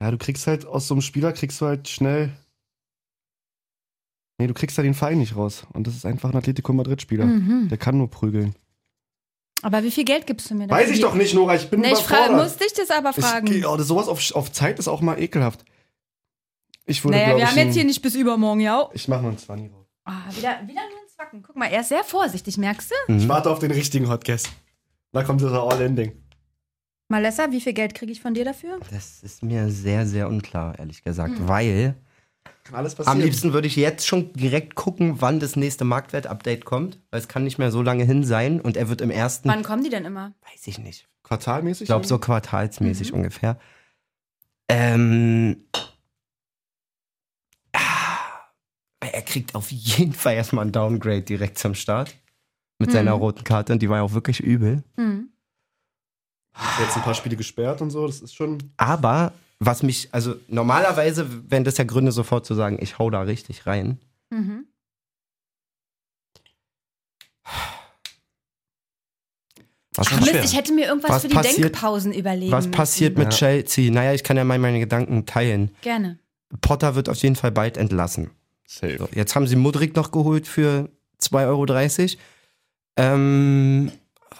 S5: Ja, du kriegst halt aus so einem Spieler, kriegst du halt schnell. Nee, du kriegst da den Verein nicht raus. Und das ist einfach ein Atletico Madrid-Spieler.
S1: Mhm.
S5: Der kann nur prügeln.
S1: Aber wie viel Geld gibst du mir da?
S5: Weiß ich doch nicht, Nora, ich bin
S1: Nee, ich frage,
S5: überfordert.
S1: muss dich das aber fragen.
S5: Ich, oh, das- sowas auf, auf Zeit ist auch mal ekelhaft. Ich würde,
S1: naja,
S5: glaub
S1: wir
S5: ich,
S1: haben jetzt
S5: ein-
S1: hier nicht bis übermorgen, ja.
S5: Ich mache mal einen 20 drauf.
S1: Ah, wieder, wieder nur ein Zwacken. Guck mal, er ist sehr vorsichtig, merkst du?
S5: Ich warte auf den richtigen Hotcast. Da kommt das All-Ending.
S1: Malessa, wie viel Geld kriege ich von dir dafür?
S5: Hm.
S2: Das ist mir sehr, sehr unklar, ehrlich gesagt,
S1: Hm.
S2: weil
S5: Kann alles passieren.
S2: am liebsten würde ich jetzt schon direkt gucken, wann das nächste Marktwert-Update kommt, weil es kann nicht mehr so lange hin sein und er wird im ersten,
S1: Wann kommen die denn immer?
S2: weiß ich nicht,
S5: Quartalmäßig?
S2: ich glaube so quartalsmäßig ungefähr. Ähm, ah, er kriegt auf jeden Fall erstmal einen Downgrade direkt zum Start mit seiner roten Karte und die war ja auch wirklich übel.
S1: Hm.
S5: Jetzt ein paar Spiele gesperrt und so. Das ist schon.
S2: Aber was mich, also normalerweise wären das ja Gründe sofort zu sagen, ich hau da richtig rein.
S1: Mhm.
S2: Was
S1: Ach Mist, ich hätte mir irgendwas
S2: Was
S1: für die
S2: passiert-
S1: Denkpausen überlegen
S2: Was passiert mit
S5: Ja.
S2: Chelsea? Naja, ich kann ja mal meine Gedanken teilen.
S1: müssen. Gerne.
S2: Potter wird auf jeden Fall bald entlassen.
S5: Safe.
S2: So, jetzt haben sie Mudrik noch geholt für 2,30 Euro. Ähm,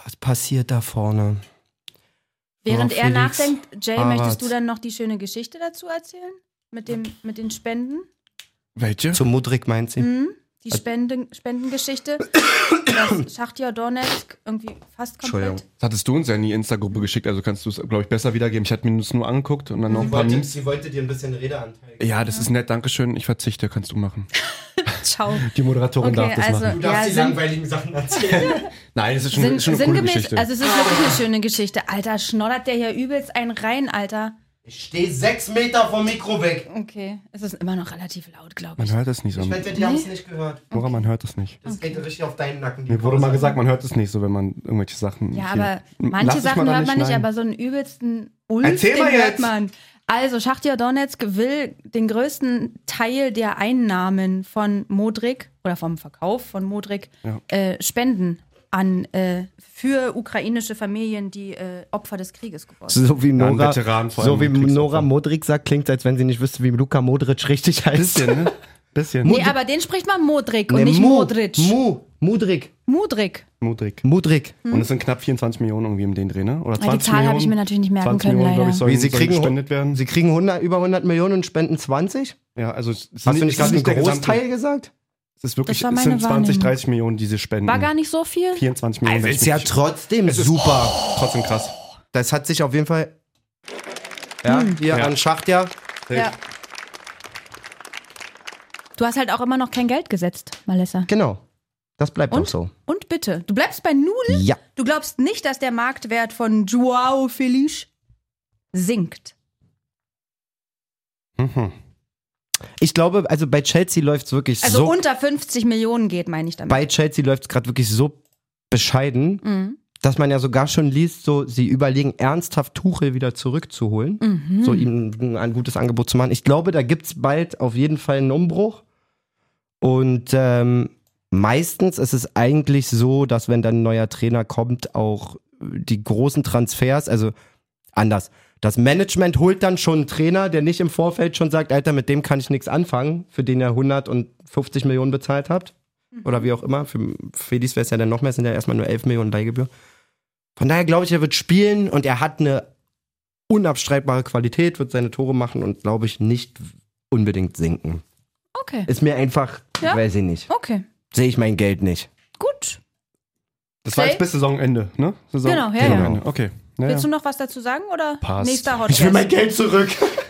S2: was passiert da vorne?
S1: Während
S2: Oh,
S1: er
S2: Felix,
S1: nachdenkt, Jay, möchtest
S2: Harvard.
S1: du dann noch die schöne Geschichte dazu erzählen? Mit, dem, mit den Spenden?
S5: Welche?
S2: Zu Mudrik meint sie.
S1: Hm? Die Spenden, Spendengeschichte? dass Schachtja Donetsk irgendwie fast komplett.
S2: Entschuldigung.
S5: Das hattest du uns ja in die Insta-Gruppe geschickt, also kannst du es, glaube ich, besser wiedergeben. Ich hatte mir das nur angeguckt und dann noch ein paar Memes.
S2: dir ein bisschen Redeanteil
S5: Ja, das ist nett, Dankeschön. Ich verzichte, kannst du machen.
S1: Ciao.
S5: Die Moderatorin
S1: Okay,
S5: darf das
S1: also,
S5: machen.
S1: ja, sind,
S2: langweiligen Sachen erzählen.
S5: Nein, das ist schon,
S1: Sinn,
S5: schon eine coole
S1: sinngemäß,
S5: Geschichte.
S1: also es ist wirklich eine schöne Geschichte. Alter, schnoddert der hier übelst einen rein, Alter.
S2: ich stehe sechs Meter vom Mikro weg.
S1: Okay, es ist immer noch relativ laut, glaube
S5: man
S1: ich.
S5: hört es nicht so.
S2: wette, die haben es nicht gehört.
S5: Nora, man hört es nicht.
S2: Das geht richtig auf deinen Nacken.
S5: Mir wurde mal gesagt, man hört es nicht so, wenn man irgendwelche Sachen.
S1: Ja,
S5: hier-
S1: aber
S5: M-
S1: manche
S5: lass es mal
S1: Sachen
S5: dann
S1: hört man nicht,
S5: schneiden.
S1: aber so einen übelsten Ulf,
S5: Erzähl
S1: den
S5: mal
S1: hört
S5: jetzt!
S1: man. Also, Schachtja Donetsk will den größten Teil der Einnahmen von Modric oder vom Verkauf von Modric
S5: Ja.
S1: äh, spenden an äh, für ukrainische Familien, die äh, Opfer des Krieges geworden sind.
S2: So wie
S5: Ja, ein
S2: Nora,
S5: Veteran vor
S2: so
S5: allem,
S2: wie
S5: ein Kriegsopfer.
S2: Nora Modric sagt, klingt, als wenn sie nicht wüsste, wie Luka Modric richtig heißt.
S5: Bisschen, ne? Bisschen.
S1: Nee, aber den spricht man Modric und
S2: Nee,
S1: nicht
S2: Mu,
S1: Modric.
S2: Mu, Mudrik.
S1: Modric.
S5: Mudrik.
S2: Mudrik.
S5: Und es sind knapp 24 Millionen irgendwie im den Dreh, ne? Oder 20
S1: Hm? Ja, die Zahl habe ich mir
S5: Millionen.
S1: natürlich nicht merken
S5: 20
S1: können,
S5: Millionen, glaub
S1: leider.
S5: ich, sollen,
S2: Wie, sie
S5: sollen
S2: kriegen-
S5: gespendet werden.
S2: Sie kriegen 100, über 100 Millionen und spenden 20?
S5: ja, also es ist
S2: Hast du nicht
S5: es
S2: gerade
S5: ist
S2: einen
S5: der gesamte-
S2: Großteil gesagt?
S5: Es ist wirklich,
S1: Das war
S5: es
S1: meine
S5: sind 20,
S1: Wahrnehmung.
S5: 30 Millionen, die sie spenden.
S1: War gar nicht so viel.
S5: 24 Millionen. wenn ich mich-
S2: trotzdem super.
S5: trotzdem krass.
S2: Das hat sich auf jeden Fall. Hm. Ja, hier
S5: Ja.
S2: an Schacht ja.
S1: Ja. Du hast halt auch immer noch kein Geld gesetzt, Malessa.
S2: Genau. Das bleibt
S1: Und?
S2: auch so.
S1: Und bitte, du bleibst bei Null.
S2: Ja.
S1: Du glaubst nicht, dass der Marktwert von Joao Felix sinkt.
S5: Mhm.
S2: Ich glaube, also bei Chelsea läuft es wirklich
S1: Also
S2: so.
S1: unter 50 Millionen geht, meine ich damit.
S2: Bei Chelsea läuft es gerade wirklich so bescheiden, dass man ja sogar schon liest, so sie überlegen ernsthaft Tuchel wieder zurückzuholen, so ihm ein- ein gutes Angebot zu machen. Ich glaube, da gibt es bald auf jeden Fall einen Umbruch. Und ähm, meistens ist es eigentlich so, dass wenn dann ein neuer Trainer kommt, auch die großen Transfers, also anders. Das Management holt dann schon einen Trainer, der nicht im Vorfeld schon sagt, Alter, mit dem kann ich nichts anfangen, für den ihr 150 Millionen bezahlt habt. Oder wie auch immer. Für Felix wäre es ja dann noch mehr, es sind ja erstmal nur 11 Millionen Leihgebühr. Von daher glaube ich, er wird spielen und er hat eine unabstreitbare Qualität, wird seine Tore machen und glaube ich nicht unbedingt sinken.
S1: Okay,
S2: Ist mir einfach,
S1: Ja?
S2: weiß ich nicht.
S1: okay,
S2: Sehe ich mein Geld nicht.
S1: gut.
S5: Das war
S1: Okay.
S5: jetzt bis Saisonende, ne? Saison
S1: Genau, ja, ja.
S5: Saisonende. Okay. Naja.
S1: Willst du noch was dazu sagen oder
S5: Passt.
S1: nächster Hot
S2: Ich will mein Geld zurück.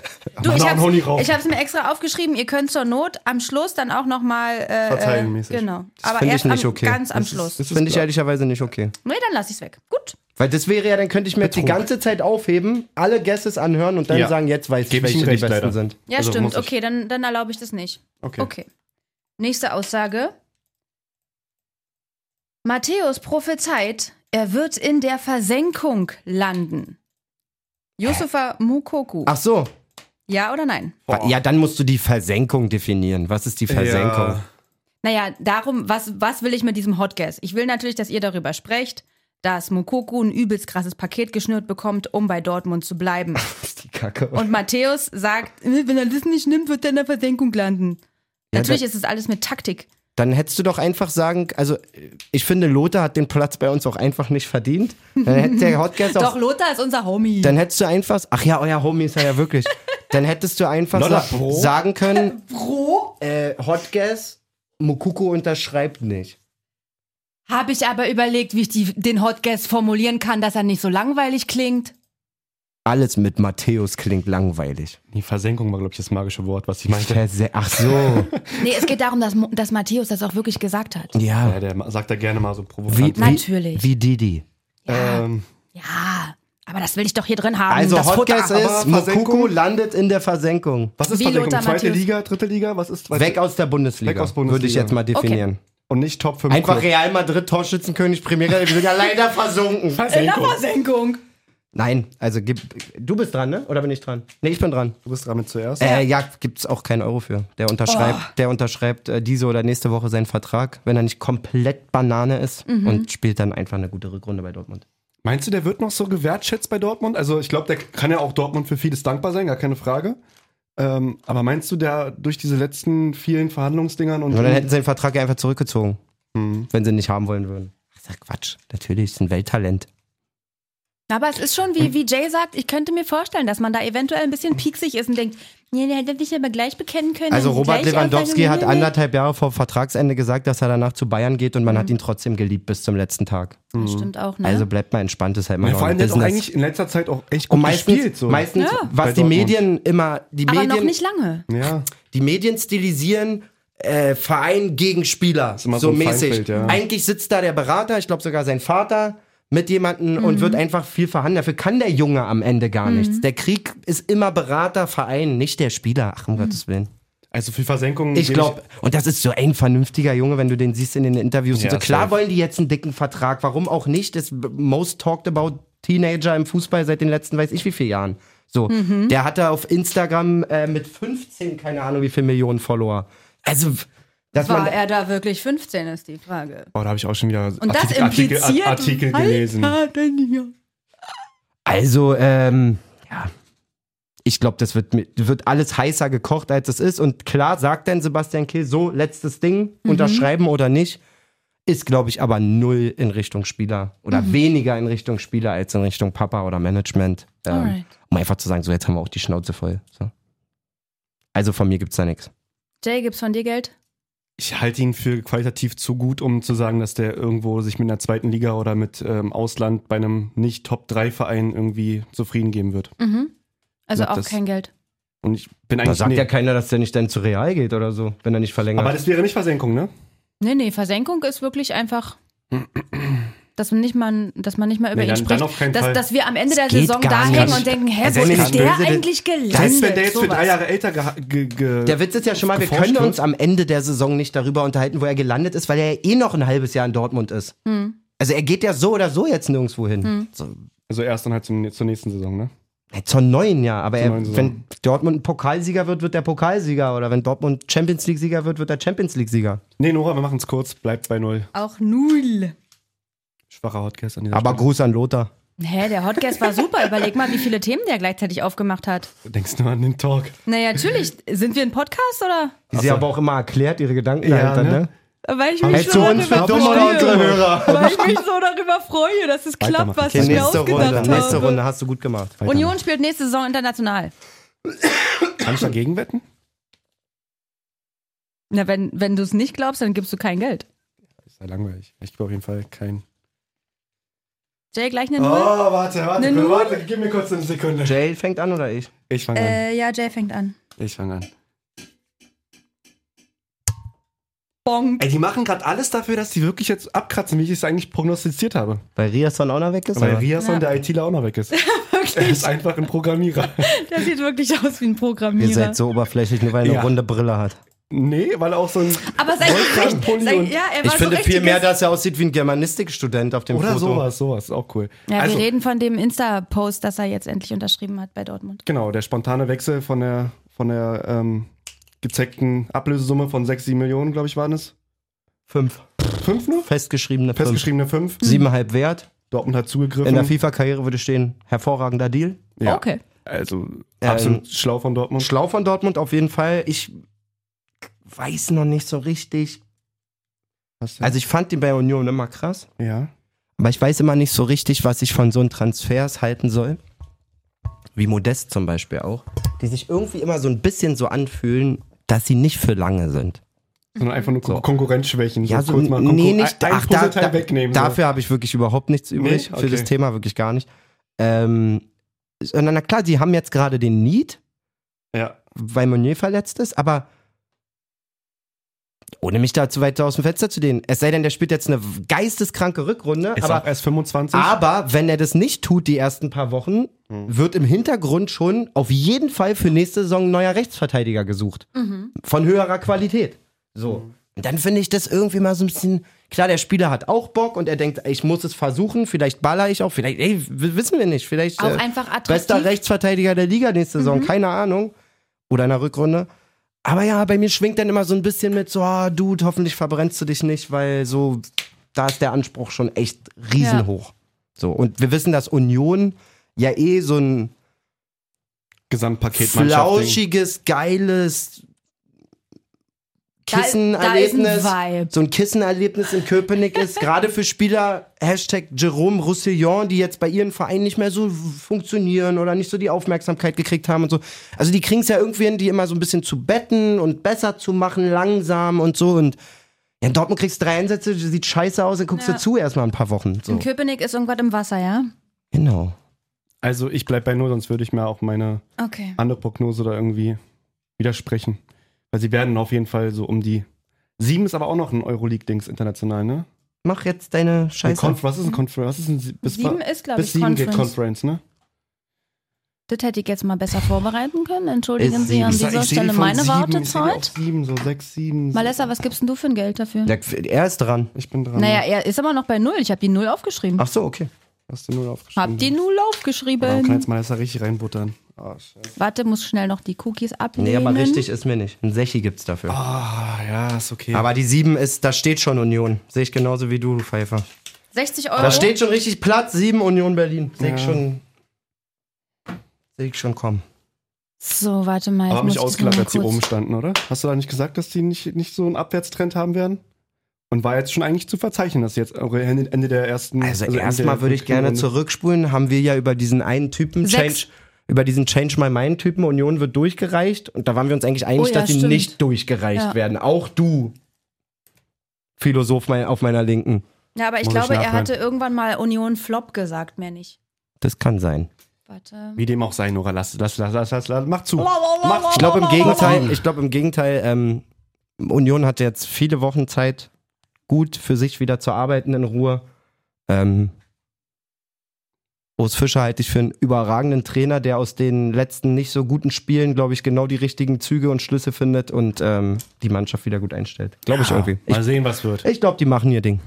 S1: Du, ich
S5: Mach noch einen Honig rauf.
S1: hab's, ich hab's mir extra aufgeschrieben. Ihr könnt zur Not am Schluss dann auch nochmal äh,
S5: Verteilen
S1: äh,
S5: mäßig.
S1: genau.
S2: Das
S1: Aber
S2: find
S1: erst
S2: ich nicht
S1: am,
S2: okay.
S1: ganz am
S5: Das ist-
S1: Schluss.
S5: das ist
S2: Finde ich
S5: klar.
S2: ehrlaserweise nicht okay.
S1: nee, dann lass ich's weg. Gut.
S2: Weil das wäre ja, dann könnte ich mir jetzt die
S5: Betrug.
S2: ganze Zeit aufheben, alle Guesses anhören und dann
S5: Ja.
S2: sagen, jetzt weiß ich,
S5: Gebe ich
S2: welche
S5: Ihnen
S2: die
S5: recht,
S2: besten
S5: leider.
S2: sind.
S1: Ja,
S5: Also
S1: stimmt.
S5: muss ich-
S1: Okay, dann, dann erlaube ich das nicht.
S5: Okay.
S1: Okay. Nächste Aussage. Matthäus prophezeit, er wird in der Versenkung landen. Yusufa Mukoku.
S2: Ach so.
S1: Ja oder nein?
S5: Boah.
S2: Ja, dann musst du die Versenkung definieren. Was ist die Versenkung?
S5: Ja.
S1: Naja, darum, was, was will ich mit diesem Hot Guess? Ich will natürlich, dass ihr darüber sprecht, dass Mukoku ein übelst krasses Paket geschnürt bekommt, um bei Dortmund zu bleiben.
S2: ist die Kacke.
S1: Und Matthäus sagt, "Äh, wenn er das nicht nimmt, wird er in der Versenkung landen.
S2: Ja,
S1: natürlich
S2: da-
S1: ist es alles mit Taktik.
S2: dann hättest du doch einfach sagen, also ich finde, Lothar hat den Platz bei uns auch einfach nicht verdient. Dann hätte der Hotcast
S1: Doch,
S2: auch.
S1: Lothar ist unser Homie.
S2: Dann hättest du einfach. Ach ja, euer Homie ist er ja wirklich. Dann hättest du einfach
S5: Lothar
S2: sa
S5: Bro?
S2: sagen können,
S1: Bro?
S2: äh, Hotgas, Mukuku unterschreibt nicht.
S1: Habe ich aber überlegt, wie ich die, den Hot Guess formulieren kann, dass er nicht so langweilig klingt.
S2: Alles mit Matthäus klingt langweilig.
S5: Die Versenkung war, glaube ich, das magische Wort, was ich meinte.
S2: Verse ach so.
S1: Nee, es geht darum, dass, Mo- dass Matthäus das auch wirklich gesagt hat.
S5: Ja,
S2: Ja.
S5: der ma- sagt da gerne mal so
S2: Wie,
S5: provokant.
S1: Natürlich.
S2: Wie, wie Didi.
S5: Ähm,
S1: Ja, aber das will ich doch hier drin haben.
S2: Also
S1: das
S2: Hotgas
S1: Futter.
S2: ist, Mukuku
S5: Versenkung?
S2: landet in der Versenkung.
S5: was ist
S1: Wie
S5: Versenkung?
S1: Lothar
S5: Zweite
S1: Matthäus.
S5: Liga, dritte Liga? Was ist zweite?
S2: Weg aus der Bundesliga.
S5: Weg aus Bundesliga.
S2: Würde ich jetzt mal definieren.
S5: Und nicht Top 5.
S2: Einfach
S5: Club.
S2: Real Madrid Torschützenkönig Premiere Liga leider versunken. Äh,
S5: Versenkung.
S1: Versenkung.
S2: Nein, also gib, du bist dran, ne? Oder bin ich dran? Ne, ich bin dran.
S5: Du bist dran mit zuerst.
S2: Äh, ja, gibt's auch keinen Euro für. Der unterschreibt, der unterschreibt äh, diese oder nächste Woche seinen Vertrag, wenn er nicht komplett Banane ist und spielt dann einfach eine gute Rückrunde bei Dortmund.
S5: Meinst du, der wird noch so gewertschätzt bei Dortmund? Also ich glaube, der kann ja auch Dortmund für vieles dankbar sein, gar keine Frage. Ähm, aber meinst du, der durch diese letzten vielen Verhandlungsdingern und
S2: Und dann hätten sie den Vertrag ja einfach zurückgezogen, wenn sie ihn nicht haben wollen würden. Ach, sag Quatsch. Natürlich, ist ein Welttalent.
S1: Aber es ist schon, wie, wie Jay sagt, ich könnte mir vorstellen, dass man da eventuell ein bisschen pieksig ist und denkt, nee, der hätte dich aber gleich bekennen können.
S2: Also
S1: und
S2: Robert
S1: gleich
S2: Lewandowski
S1: einfach-
S2: hat anderthalb Jahre vor Vertragsende gesagt, dass er danach zu Bayern geht und man hat ihn trotzdem geliebt bis zum letzten Tag.
S1: Das stimmt auch, ne?
S2: Also bleibt mal entspannt, ist halt mal
S5: ja, vor allem der hat auch
S2: Business.
S5: eigentlich in letzter Zeit auch echt gut
S2: Und meistens,
S5: gespielt. So.
S2: meistens
S1: Ja.
S5: Bei
S2: was die
S5: Dortmund.
S2: Medien immer, die
S1: aber noch
S2: Medien,
S1: nicht lange.
S5: ja.
S2: die Medien stilisieren äh, Verein gegen Spieler,
S5: immer
S2: so,
S5: so ein
S2: mäßig.
S5: Feindbild, ja.
S2: Eigentlich sitzt da der Berater, ich glaube sogar sein Vater, mit jemandem
S1: Mhm.
S2: und wird einfach viel verhandeln. Dafür kann der Junge am Ende gar nichts. Der Krieg ist immer Berater, Verein, nicht der Spieler.
S1: Mhm.
S2: Ach, um Gottes Willen.
S5: Also für Versenkungen.
S2: Hm, Ich glaube, und das ist so ein vernünftiger Junge, wenn du den siehst in den Interviews.
S5: Ja,
S2: und so. Klar
S5: safe.
S2: wollen die jetzt einen dicken Vertrag. Warum auch nicht? Das most talked about Teenager im Fußball seit den letzten, weiß ich wie vielen Jahren. So, der hatte auf Instagram äh, mit 15 keine Ahnung wie viele Millionen Follower. Also, dass
S1: War
S2: man
S1: er da wirklich 15, ist die Frage.
S5: Oh, da habe ich auch schon wieder
S1: Und das
S5: Artikel,
S1: impliziert...
S5: Artikel, Artikel gelesen.
S2: also ähm, ja, ich glaube, das wird mit- wird alles heißer gekocht
S1: Mhm.
S2: als es ist. Und klar sagt dann Sebastian Kehl so letztes Ding unterschreiben oder nicht. Ist, glaube ich, aber null in Richtung Spieler oder
S1: Mhm.
S2: weniger in Richtung Spieler als in Richtung Papa oder Management. Ähm,
S1: Alright.
S2: um einfach zu sagen, so jetzt haben wir auch die Schnauze voll. So. Also von mir gibt's da nichts.
S1: Jay, gibt's von dir Geld?
S5: Ich halte ihn für qualitativ zu gut, um zu sagen, dass der irgendwo sich mit einer zweiten Liga oder mit ähm, Ausland bei einem nicht Top-3-Verein irgendwie zufrieden geben wird.
S1: Mhm. Also
S5: Sag
S1: auch
S5: das.
S1: kein Geld.
S5: Und ich bin
S2: Da
S5: eigentlich.
S2: sagt
S5: nee.
S2: ja keiner, dass der nicht dann zu Real geht oder so, wenn er nicht verlängert.
S5: aber das wäre nicht Versenkung, ne?
S1: Nee, nee, Versenkung ist wirklich einfach, dass man nicht mal, dass man nicht mal über
S5: Nee,
S1: ihn
S5: dann- dann
S1: spricht.
S5: auf keinen
S1: dass,
S5: Fall.
S1: dass wir am Ende der
S2: Das geht
S1: Saison
S2: gar
S1: da
S2: nicht.
S1: hängen und denken, hä,
S2: Also
S1: wo
S2: wenn
S1: ist
S2: ich
S1: der
S2: böse-
S1: eigentlich gelandet?
S5: Selbst wenn der jetzt für
S1: Sowas.
S5: drei Jahre älter geha- ge ge
S2: Der Witz ist ja schon mal, wir
S5: geforscht
S2: können
S5: wird.
S2: uns am Ende der Saison nicht darüber unterhalten, wo er gelandet ist, weil er ja eh noch ein halbes Jahr in Dortmund ist. Also er geht ja so oder so jetzt nirgendwo hin. So,
S5: Also erst dann halt zum, zur nächsten Saison, ne?
S2: ja, zur neuen Jahr, aber
S5: Zur
S2: er,
S5: neuen Saison.
S2: wenn Dortmund ein Pokalsieger wird, wird der Pokalsieger. Oder wenn Dortmund Champions League-Sieger wird, wird der Champions League-Sieger.
S5: Nee, Nora, wir machen es kurz. Bleibt bei null.
S1: Auch null.
S5: Schwacher Hotcast an dieser
S2: Aber Gruß an Lothar.
S1: Hä, der Hotcast war super. Überleg mal, wie viele Themen der gleichzeitig aufgemacht hat.
S5: Stelle. Denkst nur an den Talk.
S1: Naja, natürlich. Sind wir ein Podcast oder?
S2: Die sie aber auch immer erklärt, ihre Gedanken
S5: Ja,
S2: dahinter,
S5: ne?
S2: ne?
S1: Weil ich
S2: Hey,
S1: mich,
S2: zu
S1: so
S2: uns für
S1: darüber,
S2: dumm oder unsere Hörer.
S1: weil ich mich so darüber freue, dass es klappt,
S5: Weitermachen.
S1: was
S5: Okay,
S1: ich mir
S2: nächste
S1: ausgedacht
S2: Runde, nächste
S1: habe.
S2: Runde hast du gut gemacht.
S1: Union spielt nächste Saison international.
S5: Kann ich dagegen wetten?
S1: Na, wenn, wenn du es nicht glaubst, dann gibst du kein Geld.
S5: Ist ja langweilig. Ich gebe auf jeden Fall kein.
S1: Jay, gleich eine Null?
S5: Oh, warte, warte,
S1: Eine Null?
S5: warte, gib mir kurz eine Sekunde.
S2: Jay fängt an oder ich?
S5: Ich fange an.
S1: Äh, ja, Jay fängt an.
S5: Ich fange an.
S1: Bong.
S5: Ey, die machen gerade alles dafür, dass die wirklich jetzt abkratzen, wie ich es eigentlich prognostiziert habe.
S2: Weil Riasson auch noch weg ist?
S5: Weil
S2: oder?
S5: Rias
S1: Ja.
S5: und der ITler auch noch weg ist. Er ist einfach ein Programmierer.
S1: Der sieht wirklich aus wie ein Programmierer.
S2: Ihr seid so oberflächlich, nur weil er eine
S5: Ja.
S2: runde Brille hat.
S5: Nee, weil er auch so ein.
S1: Aber sein Gesicht,
S5: Pulli
S1: sein,
S5: und-
S1: ja, er war
S2: Ich
S1: so
S2: finde
S1: richtiges-
S2: viel mehr, dass er aussieht wie ein Germanistikstudent auf dem
S5: Oder
S2: Foto.
S5: sowas, sowas, auch cool.
S1: Ja,
S5: also,
S1: wir reden von dem Insta-Post, das er jetzt endlich unterschrieben hat bei Dortmund.
S5: genau, der spontane Wechsel von der, von der ähm, gezeigten Ablösesumme von 6, 7 Millionen, glaube ich, waren es.
S2: Fünf.
S5: 5 nur?
S2: Festgeschriebene fünf.
S5: Festgeschriebene 5.
S2: Siebeneinhalb wert.
S5: Dortmund hat zugegriffen.
S2: In der FIFA-Karriere würde stehen, hervorragender Deal.
S5: ja,
S1: Okay.
S5: Also
S2: Ähm,
S5: absolut schlau von Dortmund.
S2: Schlau von Dortmund auf jeden Fall. Ich weiß noch nicht so richtig.
S5: Hast du-
S2: Also ich fand den bei Union immer krass.
S5: ja.
S2: Aber ich weiß immer nicht so richtig, was ich von so einem Transfers halten soll. Wie Modest zum Beispiel auch. Die sich irgendwie immer so ein bisschen so anfühlen, dass sie nicht für lange sind.
S5: Sondern einfach nur Kon- Konkurrenzschwächen.
S2: Ja, so,
S5: kurz mal Konkur
S2: nee, nicht.
S5: ein, ein
S2: ach, da,
S5: Puzzleteil
S2: da,
S5: wegnehmen.
S2: dafür habe ich wirklich überhaupt nichts übrig.
S5: Nee?
S2: Für das
S5: Okay.
S2: Thema wirklich gar nicht. Ähm, sondern, na klar, sie haben jetzt gerade den Need,
S5: So. Ja.
S2: weil Meunier verletzt ist, aber ohne mich da zu weit aus dem Fenster zu dehnen. Es sei denn, der spielt jetzt eine geisteskranke Rückrunde,
S5: Ist
S2: aber
S5: auch erst 25.
S2: Aber wenn er das nicht tut, die ersten paar Wochen,
S5: Hm.
S2: wird im Hintergrund schon auf jeden Fall für nächste Saison ein neuer Rechtsverteidiger gesucht. Von höherer Qualität. So.
S1: Mhm.
S2: Und dann finde ich das irgendwie mal so ein bisschen. Klar, der Spieler hat auch Bock und er denkt, ich muss es versuchen, vielleicht baller ich auch, vielleicht, ey, w- wissen wir nicht, vielleicht
S1: Auch
S2: äh,
S1: einfach attraktiv. Mhm.
S2: bester Rechtsverteidiger der Liga nächste Saison, keine Ahnung. Oder in der Rückrunde. Aber ja, bei mir schwingt dann immer so ein bisschen mit, so, ah, Dude, hoffentlich verbrennst du dich nicht, weil so, da ist der Anspruch schon echt riesenhoch. So, und wir wissen, dass Union ja eh so ein
S5: Gesamtpaket Mannschaft.
S2: flauschiges, geiles
S1: Da- Da
S2: Kissenerlebnis.
S1: ist ein Vibe.
S2: so ein Kissenerlebnis in Köpenick ist, gerade für Spieler, Hashtag Jerome Roussillon, die jetzt bei ihren Vereinen nicht mehr so funktionieren oder nicht so die Aufmerksamkeit gekriegt haben und so. Also die kriegen es ja irgendwie hin, die immer so ein bisschen zu betten und besser zu machen, langsam und so. Und ja, in Dortmund kriegst du drei Einsätze, sieht scheiße aus, dann guckst
S1: Ja.
S2: du zu erstmal ein paar Wochen.
S1: In
S2: So.
S1: Köpenick ist irgendwas im Wasser, ja?
S2: Genau.
S5: Also ich bleib bei Null, sonst würde ich mir auch meine
S1: Okay.
S5: andere Prognose da irgendwie widersprechen. Weil sie werden auf jeden Fall so um die... Sieben ist aber auch noch ein Euroleague-Dings international, ne?
S2: Mach jetzt deine
S5: Eine
S2: Scheiße.
S5: Conf was ist ein Conference? Was ist ein Sie- bis
S1: Mhm. Sieben ist, glaube
S5: bis
S1: ich,
S5: sieben geht
S1: Conference.
S5: Conference, ne?
S1: Das hätte ich jetzt mal besser vorbereiten können. Entschuldigen
S2: Ist
S1: Sie an
S2: sieben.
S1: dieser
S5: seh die
S1: Stelle
S5: von
S1: meine
S5: sieben, ich seh die
S1: Wartezeit.
S5: auf Sieben, so sechs, sieben.
S1: Malessa, was gibst denn du für ein Geld dafür?
S2: Ja, er ist dran.
S1: Mhm.
S5: Ich bin dran.
S1: Naja, er ist aber noch bei Null. Ich habe die Null aufgeschrieben.
S2: Ach so, okay.
S5: Hast du Null aufgeschrieben?
S1: Hab die Null
S5: Man
S1: aufgeschrieben.
S5: kann jetzt Malessa richtig reinbuttern. Ah, scheiße.
S1: Warte, muss schnell noch die Cookies ablehnen.
S2: Nee, aber richtig ist mir nicht. Ein Sechi gibt's dafür.
S5: Ah, ja, ist okay.
S2: Aber die 7 ist, da steht schon Union. Sehe ich genauso wie du, du Pfeifer.
S1: 60 Euro.
S2: Da steht schon richtig Platz 7 Union Berlin. Sehe ich
S5: Ja.
S2: schon. Sehe ich schon kommen.
S1: So, warte mal. jetzt
S5: Aber haben
S1: muss
S5: mich
S1: ich das
S5: ausgelacht,
S1: noch mal
S5: als die
S1: kurz-
S5: oben standen, oder? Hast du da nicht gesagt, dass die nicht, nicht so einen Abwärtstrend haben werden? Und war jetzt schon eigentlich zu verzeichnen, dass jetzt eure Ende Ende der ersten.
S2: Also,
S5: Ende
S2: erstmal
S5: der
S2: würde ich
S5: fünften
S2: gerne
S5: Runde-
S2: zurückspulen. Haben wir ja über diesen einen Typen,
S7: Sechs.
S2: Change, über diesen Change My Mind Typen, Union wird durchgereicht. Und da waren wir uns eigentlich einig,
S7: Oh ja,
S2: dass sie
S7: stimmt.
S2: nicht durchgereicht
S7: Ja.
S2: werden. Auch du, Philosoph mein- auf meiner Linken.
S7: Ja, aber ich
S5: Muss ich
S7: glaube, er
S5: nachhören.
S7: hatte irgendwann mal Union Flop gesagt, mehr nicht.
S2: Das kann sein.
S7: Warte.
S5: Wie dem auch sei, Nora, lass, lass, lass, lass, lass, lass mach zu.
S2: Ich glaube im Gegenteil, ich glaube im Gegenteil, ähm, Union hatte jetzt viele Wochen Zeit, gut für sich wieder zu arbeiten in Ruhe. Ähm, Urs Fischer halte ich für einen überragenden Trainer, der aus den letzten nicht so guten Spielen, glaube ich, genau die richtigen Züge und Schlüsse findet und ähm, die Mannschaft wieder gut einstellt. Glaube ich irgendwie. Ich,
S5: Mal sehen, was wird.
S2: ich glaube, die machen ihr Ding.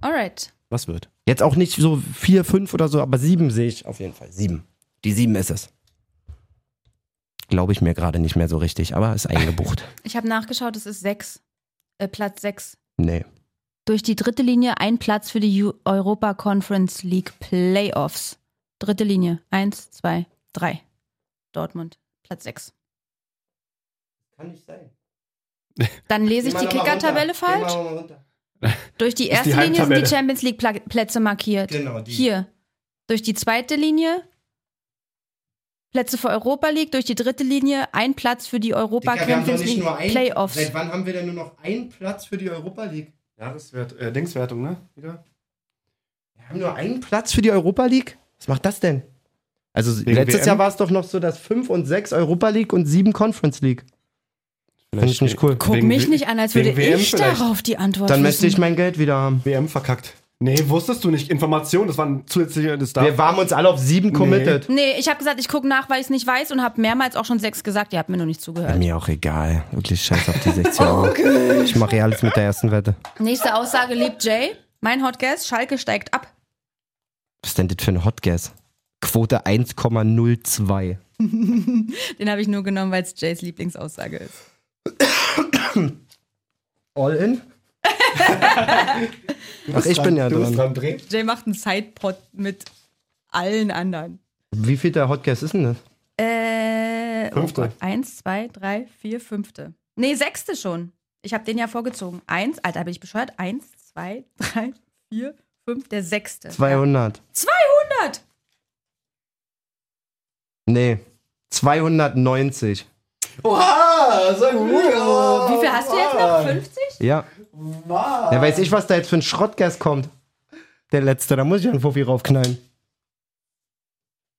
S7: Alright.
S5: Was wird?
S2: Jetzt auch nicht so vier, fünf oder so, aber sieben sehe ich auf jeden Fall. Sieben. Die sieben ist es. Glaube ich mir gerade nicht mehr so richtig, aber ist eingebucht.
S7: Ich habe nachgeschaut, es ist sechs. Äh, Platz sechs.
S2: nee.
S7: Durch die dritte Linie ein Platz für die Eu- Europa Conference League Playoffs. Dritte Linie. Eins, zwei, drei. Dortmund. Platz sechs.
S2: Kann nicht sein.
S7: Dann lese ich die Kicker-Tabelle falsch. Durch die erste
S5: die
S7: Linie sind die
S5: Heimtabelle.
S7: Champions League Pla- Plätze markiert.
S2: Genau, die.
S7: Hier. Durch die zweite Linie Plätze für Europa League, durch die dritte Linie ein Platz für die Europa Conference League Playoffs.
S2: wann haben wir denn nur noch einen Platz für die Europa League?
S5: Jahreswert, äh, Dingswertung, ne? Wieder?
S2: Wir haben nur einen Platz für die Europa League? Was macht das denn? Also letztes
S5: WM?
S2: Jahr war es doch noch so, dass 5 und 6 Europa League und 7 Conference League. Finde ich nicht cool.
S7: Guck
S5: Wegen
S7: mich
S5: W-
S7: nicht an, als
S5: wegen
S7: würde
S5: WM
S7: ich
S5: vielleicht.
S7: darauf die Antwort
S2: Dann
S7: wissen.
S2: möchte ich mein Geld wieder haben.
S5: WM verkackt. Nee, wusstest du nicht. Information, das war ein zusätzlicher, das darf.
S2: Wir waren uns alle auf 7 committed.
S7: Nee, ich habe gesagt, ich gucke nach, weil ich es nicht weiß und habe mehrmals auch schon sechs gesagt. Ihr habt mir noch nicht zugehört.
S2: Mir auch egal. Wirklich scheiß auf die 16 Euro. Ich mache ja alles mit der ersten Wette.
S7: Nächste Aussage liebt Jay. Mein Hot Guess, Schalke steigt ab.
S2: Was ist denn das für ein Hot Guess? Quote 1,02.
S7: Den habe ich nur genommen, weil es Jays Lieblingsaussage ist.
S2: All in? Ach, ich bin ja dran.
S5: drehen.
S7: Jay macht einen Sidepod mit allen anderen.
S2: Wie viel der Hotcast ist denn das?
S7: Äh,
S5: Fünfte.
S7: Oh Gott. Eins, zwei, drei, vier, fünfte. Nee, sechste schon. Ich habe den ja vorgezogen. Eins, Alter, bin ich bescheuert? Eins, zwei, drei, vier, fünf, der sechste.
S2: 200.
S7: 200!
S2: Nee, 290.
S5: Oha! Sag
S7: Oh, Wie viel hast du jetzt noch? 50?
S2: Ja. Ja, weiß ich, was da jetzt für ein Schrottgas kommt. Der letzte, da muss ich einen Fuffi raufknallen.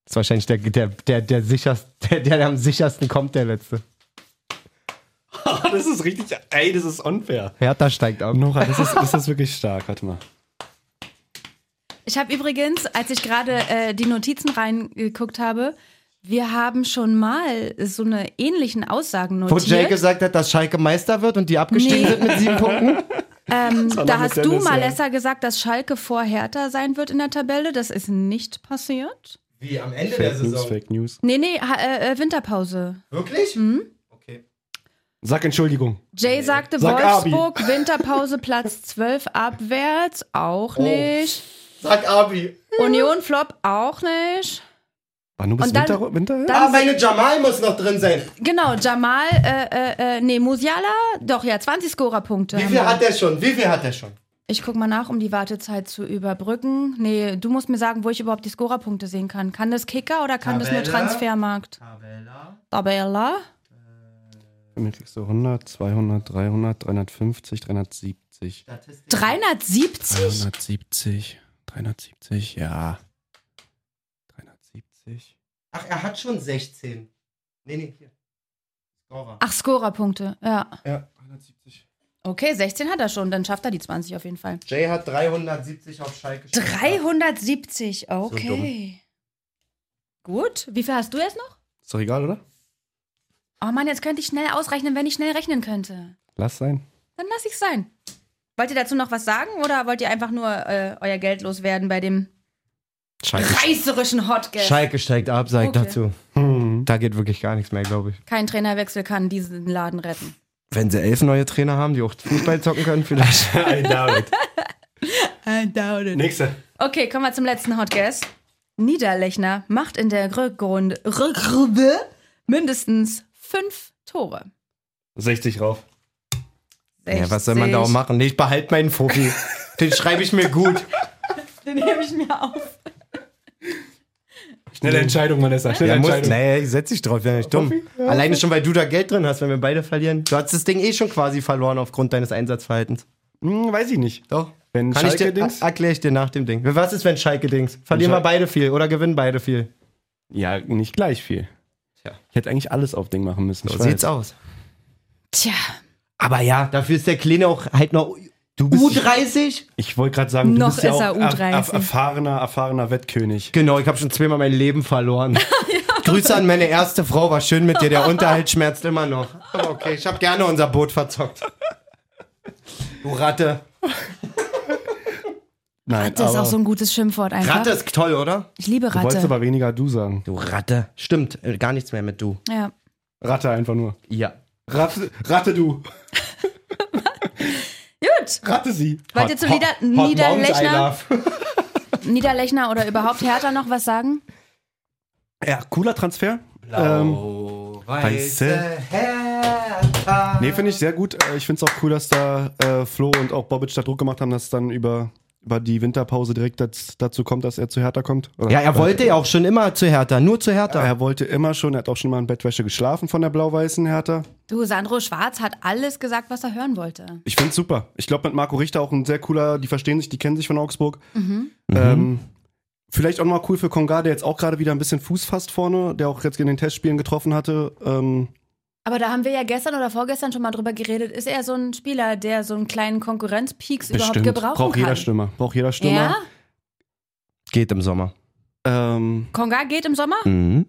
S2: Das ist wahrscheinlich der, der, der, der, sicherst, der, der am sichersten kommt, der letzte.
S5: Das ist richtig. Ey, das ist unfair.
S2: Hertha steigt ab.
S5: Nora, das ist, das ist wirklich stark. Warte mal.
S7: Ich habe übrigens, als ich gerade äh, die Notizen reingeguckt habe, wir haben schon mal so eine ähnlichen Aussagen
S2: Wo
S7: notiert.
S2: Jay gesagt hat, dass Schalke Meister wird und die abgestiegen
S7: Nee.
S2: sind mit sieben Punkten.
S7: ähm,
S5: war
S7: da
S5: noch mit
S7: hast du,
S5: Dennis, ja.
S7: Malessa, gesagt, dass Schalke vor Hertha sein wird in der Tabelle. Das ist nicht passiert.
S2: Wie am Ende
S5: Fake News, Fake News.
S7: Nee, nee, ha- äh, äh, Winterpause.
S2: Wirklich?
S5: Sag Entschuldigung.
S7: Jay sagte
S5: Sag Abi.
S7: Wolfsburg, Winterpause, Platz 12 abwärts, auch nicht.
S2: Sag Abi.
S7: Union Flop, auch nicht.
S5: Wann du bist
S7: Und dann-
S5: Winter? Winter?
S7: Dann
S2: Ah, meine Jamal muss noch drin sein.
S7: Genau, Jamal, äh, äh, äh, nee, Musiala, doch ja, 20 Scorerpunkte. haben wir.
S2: er schon? Wie viel hat er schon?
S7: Ich guck mal nach, um die Wartezeit zu überbrücken. Nee, du musst mir sagen, wo ich überhaupt die Scorerpunkte sehen kann. Kann das Kicker oder kann das nur
S2: Tabelle.
S7: Transfermarkt? Tabella.
S5: Bei mir kriegst du 100, 200, 300, 350, 370,
S7: 370?
S5: 370, 370, ja. 370.
S2: Ach, er hat schon 16. Nee, nee, hier. Scorer.
S7: Ach, Scorerpunkte, ja.
S5: Ja, 370.
S7: Okay, 16 hat er schon, dann schafft er die 20 auf jeden Fall.
S2: Jay hat 370 auf Schalke.
S7: 370, okay. Gut, wie viel hast du jetzt noch?
S5: Ist doch egal, oder?
S7: Oh Mann, jetzt könnte ich schnell ausrechnen, wenn ich schnell rechnen könnte.
S5: Lass sein.
S7: Dann lass ich sein. Wollt ihr dazu noch was sagen oder wollt ihr einfach nur äh, euer Geld loswerden bei dem
S2: Schalke,
S7: reißerischen Hotgeld?
S2: Schalke steigt ab, sag ich
S7: Okay.
S2: dazu. Da geht wirklich gar nichts mehr, glaube ich.
S7: Kein Trainerwechsel kann diesen Laden retten.
S2: Wenn sie elf neue Trainer haben, die auch Fußball zocken können, vielleicht.
S5: I doubt it.
S7: I doubt it.
S5: Nächste.
S7: Okay, kommen wir zum letzten Hot Guess. Niederlechner macht in der Rückrunde, Rückrunde mindestens fünf Tore.
S5: 60 rauf.
S2: Ja, was soll man da auch machen? Nee, ich behalte meinen Fofi. Den schreibe ich mir gut.
S7: Den hebe ich mir auf.
S8: Schnelle Entscheidung, Vanessa. Schnelle
S2: Ja, muss,
S8: Entscheidung.
S2: naja, ich setze dich drauf, wäre nicht dumm. Alleine schon, weil du da Geld drin hast, wenn wir beide verlieren. Du hast das Ding eh schon quasi verloren aufgrund deines Einsatzverhaltens.
S5: Hm, weiß ich nicht.
S2: Doch.
S5: Wenn
S2: Kann ich dir,
S5: Schalke-Dings-
S2: erkläre ich dir nach dem Ding. Was ist, wenn Schalke Dings? Verlieren wir
S5: Wenn Schal-
S2: beide viel oder gewinnen beide viel?
S5: Ja, nicht gleich viel. Ich hätte eigentlich alles auf Ding machen müssen.
S2: So
S5: ich
S2: sieht's
S5: weiß.
S2: aus.
S7: Tja,
S2: Aber ja, dafür ist der Kleine auch halt noch
S5: Du bist,
S2: U30.
S5: ich wollte gerade sagen, du
S7: Noch
S5: bist ja
S7: ist er
S5: auch er-
S7: U30.
S5: er- erfahrener, erfahrener Wettkönig.
S2: Genau, ich habe schon zweimal mein Leben verloren. Grüße an meine erste Frau, war schön mit dir. Der Unterhalt schmerzt immer noch. Aber okay, ich habe gerne unser Boot verzockt. Du Ratte.
S5: Nein,
S7: das ist auch so ein gutes Schimpfwort einfach.
S2: Ratte ist toll, oder?
S7: Ich liebe
S5: du wolltest
S7: Ratte.
S5: aber weniger du sagen.
S2: Du Ratte. Stimmt, äh, gar nichts mehr mit du.
S7: Ja.
S5: Ratte einfach nur.
S2: Ja.
S5: Ratte, Ratte du.
S7: Gut.
S5: Ratte sie.
S7: Wollt ihr zu Nieder Niederlechner, Niederlechner oder überhaupt Hertha noch was sagen?
S5: Ja, cooler Transfer. Ähm,
S2: Ähm,
S5: weiße
S2: Hertha.
S5: Nee, finde ich sehr gut. Äh, Ich finde es auch cool, dass da äh, Flo und auch Bobic da Druck gemacht haben, dass es dann über, über die Winterpause direkt das, dazu kommt, dass er zu Hertha kommt. Oder-
S2: Ja, er wollte ja auch schon immer zu Hertha, nur zu Hertha.
S5: Er wollte immer schon, er hat auch schon mal in Bettwäsche geschlafen von der blau-weißen Hertha.
S7: Du, Sandro Schwarz hat alles gesagt, was er hören wollte.
S5: Ich finde es super. Ich glaube, mit Marco Richter auch ein sehr cooler, die verstehen sich, die kennen sich von Augsburg. Ähm, vielleicht auch mal cool für Konga, der jetzt auch gerade wieder ein bisschen Fuß fasst vorne, der auch jetzt in den Testspielen getroffen hatte. Ähm,
S7: Aber da haben wir ja gestern oder vorgestern schon mal drüber geredet. Ist er so ein Spieler, der so einen kleinen Konkurrenzpeaks überhaupt gebrauchen
S5: Braucht
S7: kann?
S5: jeder Stürmer. Braucht jeder
S7: Ja?
S5: Stürmer.
S2: Geht im Sommer.
S5: Ähm,
S7: Konga geht im Sommer?
S2: Mhm.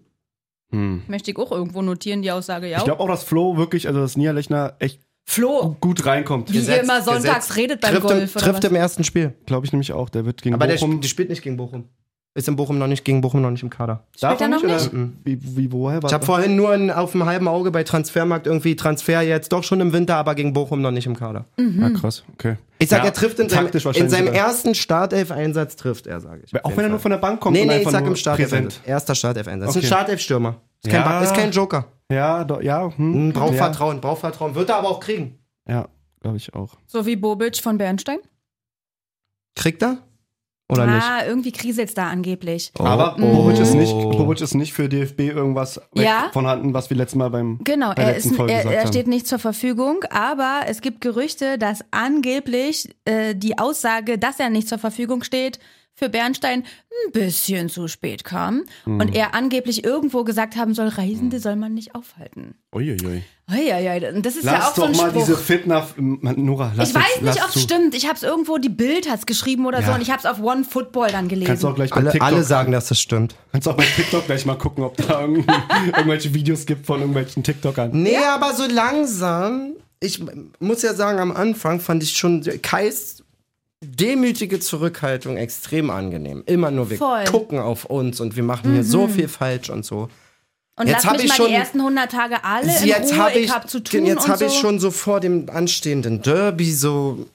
S5: hm.
S7: Möchte ich auch irgendwo notieren, die Aussage, ja.
S5: Ich glaube auch, dass Flo wirklich, also dass Nia Lechner echt
S7: Flo,
S5: gut reinkommt.
S7: wie ihr
S2: oh, Gesetz,
S7: immer sonntags
S2: Gesetz.
S7: redet beim
S2: Trifft, im,
S7: Golf. oder
S2: trifft
S7: was?
S2: im ersten Spiel.
S5: Glaube ich nämlich auch. Der wird gegen
S2: Aber der,
S5: Bochum.
S2: sp- der spielt nicht gegen Bochum. Ist in Bochum noch nicht gegen Bochum noch nicht im Kader.
S5: Darf
S7: er noch
S5: oder? Hm.
S7: nicht?
S5: Wie, wie, woher war
S2: Ich habe vorhin nur in, auf dem halben Auge bei Transfermarkt irgendwie Transfer jetzt doch schon im Winter, aber gegen Bochum noch nicht im Kader.
S7: Mhm.
S5: Ja, krass. Okay.
S2: Ich sag,
S5: Ja,
S2: er trifft in seinem,
S5: taktisch
S2: in
S5: wahrscheinlich
S2: seinem
S5: sogar.
S2: ersten Startelf-Einsatz trifft er, sage ich. auf
S5: Auch
S2: jeden
S5: wenn er nur
S2: Fall.
S5: von der Bank kommt
S2: Nee,
S5: und
S2: nee, ich
S5: einfach
S2: sag
S5: nur
S2: im Startelf-Einsatz.
S5: präsent.
S2: Erster Startelf-Einsatz. Ist
S5: Okay.
S2: ein Startelf-Stürmer. Ist, kein
S5: Ja.
S2: Ba- ist kein Joker.
S5: Ja, do, ja. Hm.
S2: Hm, Braucht
S5: ja.
S2: Vertrauen, braucht Vertrauen. Wird er aber auch kriegen.
S5: Ja, glaube ich auch.
S7: So wie Bobic von Bernstein?
S2: Kriegt er? Oder nicht?
S7: Ah, irgendwie kriselt's da angeblich.
S2: Oh.
S5: Aber Bobic, ist nicht, Bobic ist nicht für DFB irgendwas weg
S7: Ja.
S5: vorhanden, was wir letztes Mal beim
S7: Genau,
S5: bei der
S7: er,
S5: letzten
S7: ist,
S5: Folge
S7: er,
S5: gesagt
S7: er
S5: haben.
S7: steht nicht zur Verfügung, aber es gibt Gerüchte, dass angeblich äh, die Aussage, dass er nicht zur Verfügung steht, für Bernstein ein bisschen zu spät kam
S5: Hm.
S7: und er angeblich irgendwo gesagt haben soll, Reisende soll man nicht aufhalten.
S5: Uiuiui.
S7: Uiuiui, und das ist
S5: Lass
S7: ja auch so
S5: doch
S7: ein
S5: mal
S7: Spruch.
S5: diese Fitness. Nora, lass
S7: ich weiß
S5: jetzt,
S7: nicht,
S5: lass
S7: ob
S5: zu.
S7: es stimmt. Ich habe es irgendwo, die Bild hat's geschrieben oder so
S5: Ja.
S7: und ich habe es auf One Football dann gelesen.
S5: Kannst du auch gleich bei
S2: Alle,
S5: TikTok,
S2: alle sagen, dass das stimmt.
S5: kannst du auch bei TikTok gleich mal gucken, ob da irgendwie, irgendwelche Videos gibt von irgendwelchen TikTokern.
S2: Nee, aber so langsam. Ich muss ja sagen, am Anfang fand ich schon Kais demütige Zurückhaltung extrem angenehm. Immer nur wir
S7: Voll. Mhm.
S2: gucken auf uns und wir machen hier so viel falsch und so.
S7: und
S2: Jetzt
S7: lass
S2: hab
S7: mich
S2: ich
S7: mal
S2: schon-
S7: die ersten 100 Tage alle in
S2: jetzt
S7: Ruhe,
S2: habe ich,
S7: ich hab zu tun
S2: jetzt
S7: und
S2: habe
S7: so.
S2: ich schon so vor dem anstehenden Derby so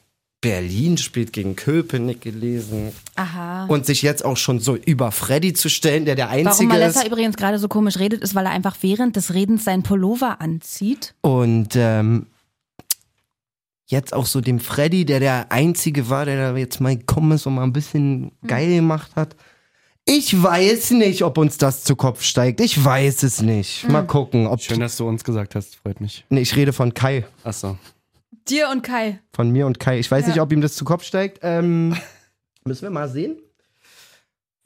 S2: Berlin spielt gegen Köpenick gelesen
S7: Aha.
S2: und sich jetzt auch schon so über Freddy zu stellen, der der
S7: Warum
S2: einzige
S7: Malessa
S2: ist.
S7: übrigens gerade so komisch redet, ist, weil er einfach während des Redens seinen Pullover anzieht.
S2: Und ähm, jetzt auch so dem Freddy, der der Einzige war, der da jetzt mal gekommen ist und mal ein bisschen geil gemacht hat. Ich weiß nicht, ob uns das zu Kopf steigt. Ich weiß es nicht. Mal gucken, ob.
S5: Schön, dass du uns gesagt hast, freut mich.
S2: Nee, ich rede von Kai.
S5: Achso.
S7: Dir und Kai.
S2: Von mir und Kai. Ich weiß nicht, ob ihm das zu Kopf steigt. Ähm, müssen wir mal sehen.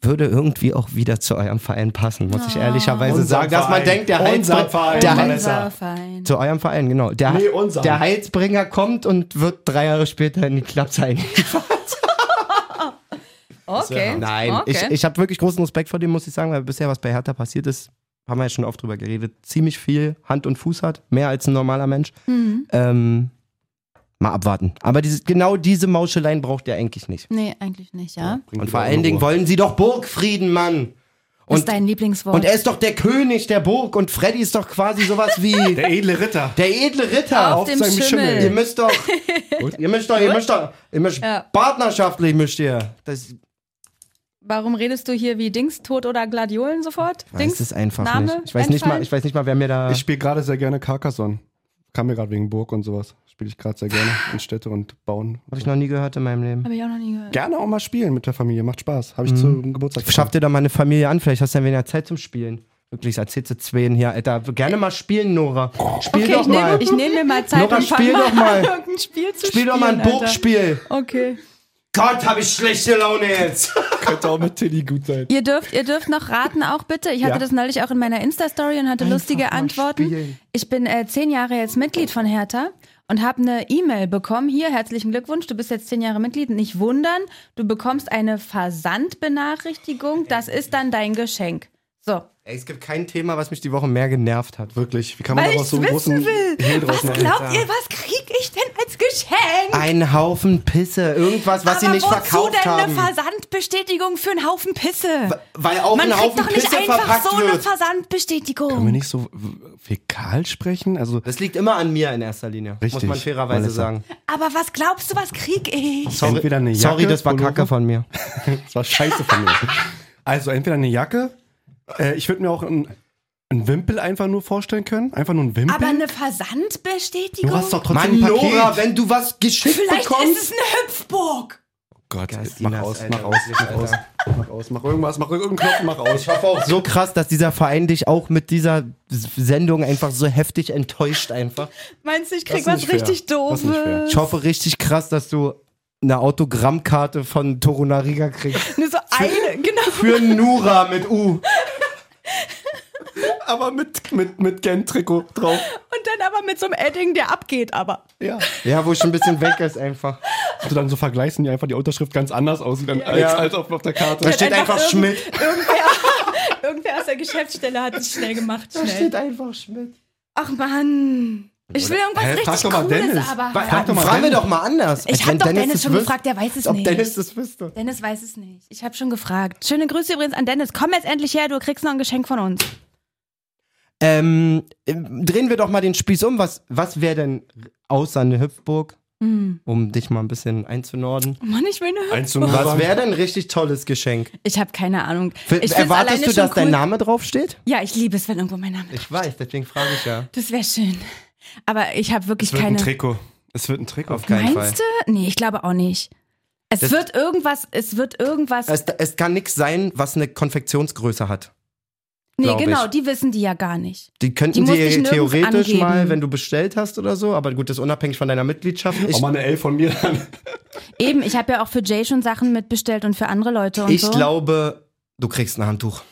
S2: Würde irgendwie auch wieder zu eurem Verein passen, muss ich ehrlicherweise
S5: Unser
S2: sagen. Dass man
S5: Verein.
S2: denkt, der
S5: Unser
S2: Heilsbringer.
S5: Verein,
S2: Der
S5: Mann.
S2: Heil
S5: Vanessa.
S7: Unser Verein.
S2: zu eurem Verein, genau. Der,
S5: Nee, unser.
S2: der Heilsbringer kommt und wird drei Jahre später in die Klapse eingeliefert.
S7: Okay.
S2: Nein,
S7: okay.
S2: ich, ich habe wirklich großen Respekt vor dem, muss ich sagen, weil bisher, was bei Hertha passiert ist, haben wir ja schon oft drüber geredet, ziemlich viel Hand und Fuß hat, mehr als ein normaler Mensch.
S7: Mhm.
S2: Ähm, mal abwarten. Aber diese, genau diese Mauscheleien braucht er eigentlich nicht.
S7: nee, eigentlich nicht, ja.
S2: Und vor allen Dingen wollen sie doch Burgfrieden, Mann.
S7: ist
S2: Und,
S7: dein Lieblingswort.
S2: und er ist doch der König der Burg und Freddy ist doch quasi sowas wie
S5: Der edle Ritter.
S2: der edle Ritter.
S7: auf, dem
S5: seinem
S7: Schimmel.
S5: Schimmel.
S2: Ihr müsst doch, ihr müsst doch, ihr müsst doch, ihr müsst
S7: Ja.
S2: partnerschaftlich müsst ihr. Das
S7: Warum redest du hier wie Dings, Tod oder Gladiolen sofort? Dings?
S2: weiß es einfach
S7: Name
S2: nicht. Ich weiß nicht mal,
S7: entfallen?
S2: ich weiß nicht mal, wer mir da.
S5: Ich spiele gerade sehr gerne Carcassonne. Kam mir gerade wegen Burg und sowas. Spiele ich gerade sehr gerne in Städte und bauen.
S2: Habe ich noch nie gehört in meinem Leben.
S7: Habe ich auch noch nie gehört.
S5: Gerne auch mal spielen mit der Familie, macht Spaß. Habe ich zum Geburtstag
S2: Schaff dir doch mal eine Familie an, vielleicht hast du ja weniger Zeit zum Spielen. Wirklich, erzählst du Zween hier, Alter. Gerne mal spielen, Nora. Spiel
S7: Okay,
S2: doch
S7: ich
S2: mal.
S7: nehme ich nehm mir mal Zeit
S2: Nora,
S7: und fang
S2: spiel
S7: mal
S2: doch mal.
S7: an, irgendein Spiel zu
S2: Spiel
S7: spielen,
S2: doch mal ein
S7: Alter.
S2: Burgspiel.
S7: Okay.
S2: Gott, habe ich schlechte Laune jetzt.
S5: Könnte auch mit Tilly gut sein.
S7: Ihr dürft, ihr dürft noch raten, auch bitte. Ich hatte
S5: Ja.
S7: das neulich auch in meiner Insta-Story und hatte lustige Antworten.
S5: spielen.
S7: Ich bin äh, zehn Jahre jetzt Mitglied von Hertha und habe eine E-Mail bekommen. Hier, herzlichen Glückwunsch, du bist jetzt zehn Jahre Mitglied. Nicht wundern, du bekommst eine Versandbenachrichtigung. Das ist dann dein Geschenk. So,
S2: Ey, es gibt kein Thema, was mich die Woche mehr genervt hat.
S5: Wirklich, wie kann man
S7: weil ich
S5: daraus so einen großen
S7: wissen
S5: Hehl
S7: will. Was
S5: draus machen?
S7: glaubt ihr, was krieg ich denn als Geschenk?
S2: Ein Haufen Pisse, irgendwas, was sie
S7: Aber
S2: nicht
S7: wozu
S2: verkauft
S7: denn
S2: haben.
S7: eine Versandbestätigung für einen Haufen Pisse?
S2: Weil auch
S7: Man
S2: ein
S7: kriegt
S2: Haufen
S7: doch nicht
S2: Pisse
S7: einfach
S2: verpackt
S7: so eine
S2: wird.
S7: Versandbestätigung.
S5: Können wir nicht so w- fäkal sprechen? Also,
S2: Das liegt immer an mir in erster Linie, muss
S5: Richtig,
S2: man fairerweise
S5: Melissa.
S2: sagen.
S7: Aber was glaubst du, was krieg ich?
S5: Sorry- Entweder eine Jacke,
S2: Sorry, das war
S5: Pullover.
S2: Kacke von mir.
S5: das war scheiße von mir. Also, entweder eine Jacke. Äh, ich würde mir auch einen, einen Wimpel einfach nur vorstellen können. Einfach nur einen Wimpel.
S7: Aber eine Versandbestätigung?
S5: du hast doch
S2: Mann,
S5: trotzdem ein Paket.
S2: Nora, wenn du was geschickt
S7: Vielleicht
S2: bekommst.
S7: ist es eine Hüpfburg.
S5: Gott,
S2: Geistinas,
S5: mach aus,
S2: Alter,
S5: mach aus,
S2: wirklich,
S5: mach aus,
S2: Alter.
S5: mach aus, mach irgendwas, mach irgendeinen Knopf, mach aus.
S2: Ich hoffe auch so krass, dass dieser Verein dich auch mit dieser S- Sendung einfach so heftig enttäuscht einfach.
S7: Meinst du, ich krieg
S5: Das
S7: was
S5: ist nicht fair.
S7: richtig
S5: Das ist nicht fair.
S7: doofes?
S2: Ich hoffe richtig krass, dass du eine Autogrammkarte von Torunariga kriegst.
S7: Nur so eine, genau.
S2: Für Nura mit U.
S5: Aber mit, mit, mit Gen-Trikot drauf.
S7: Und dann aber mit so einem Edding, der abgeht aber.
S5: Ja.
S2: Ja, wo ich ein bisschen weg ist einfach.
S5: Du dann so vergleichst und die einfach die Unterschrift ganz anders aussieht dann als,
S2: Ja.
S5: als auf, auf der
S2: Da
S5: Karte.
S2: steht
S7: einfach
S2: einfach
S7: irgend-
S2: Schmidt.
S7: Irgendwer, irgendwer aus der Geschäftsstelle hat es schnell gemacht. Schnell.
S2: einfach Schmidt.
S7: Ach Mann. Ich will irgendwas
S5: Hä, frag
S7: richtig
S5: doch mal
S7: Cooles
S5: Dennis.
S7: aber
S2: Wa-
S7: haben.
S5: doch mal
S2: Fragen wir
S5: Dennis.
S2: doch mal anders.
S7: Ich
S2: Als
S7: habe
S2: wenn
S7: doch Dennis
S2: das
S7: schon
S2: wüsste-
S7: gefragt, der weiß es
S2: Ob
S7: nicht.
S2: Dennis das wüsste.
S7: Dennis weiß es nicht. Ich habe schon gefragt. Schöne Grüße übrigens an Dennis. Komm jetzt endlich her, du kriegst noch ein Geschenk von uns.
S2: Ähm, ähm, drehen wir doch mal den Spieß um. Was, was wäre denn außer eine Hüpfburg,
S7: Hm.
S2: um dich mal ein bisschen einzunorden?
S7: Mann, ich will eine Hüpfburg.
S5: Eins zu null
S2: Was
S5: sagen.
S2: wäre denn ein richtig tolles Geschenk?
S7: Oh Ich habe keine Ahnung. Ich find's alleine
S2: Erwartest du,
S7: schon
S2: dass dein
S7: cool.
S2: Name draufsteht?
S7: Ja, ich liebe es, wenn irgendwo mein Name ist.
S2: Ich weiß, deswegen frage ich ja.
S7: Das wäre schön. Aber ich habe wirklich
S5: Es wird ein
S7: keine.
S5: Trikot. Es wird ein Trikot.
S2: Auf keinen Fall.
S7: Meinst du? Nee, ich glaube auch nicht. Es
S2: Das-
S7: wird irgendwas, es wird irgendwas.
S2: Es, es kann nichts sein, was eine Konfektionsgröße hat.
S7: nee,
S2: glaub
S7: genau,
S2: ich.
S7: die wissen die ja gar nicht.
S2: Die könnten
S7: Die muss ich
S2: dir
S7: nirgends
S2: theoretisch
S7: angeben.
S2: mal, wenn du bestellt hast oder so, aber gut, das ist unabhängig von deiner Mitgliedschaft. Ich,
S7: Oh
S5: Auch mal eine L von mir.
S7: Eben, ich habe ja auch für Jay schon Sachen mitbestellt und für andere Leute und
S2: ich
S7: so.
S2: glaube, du kriegst ein Handtuch.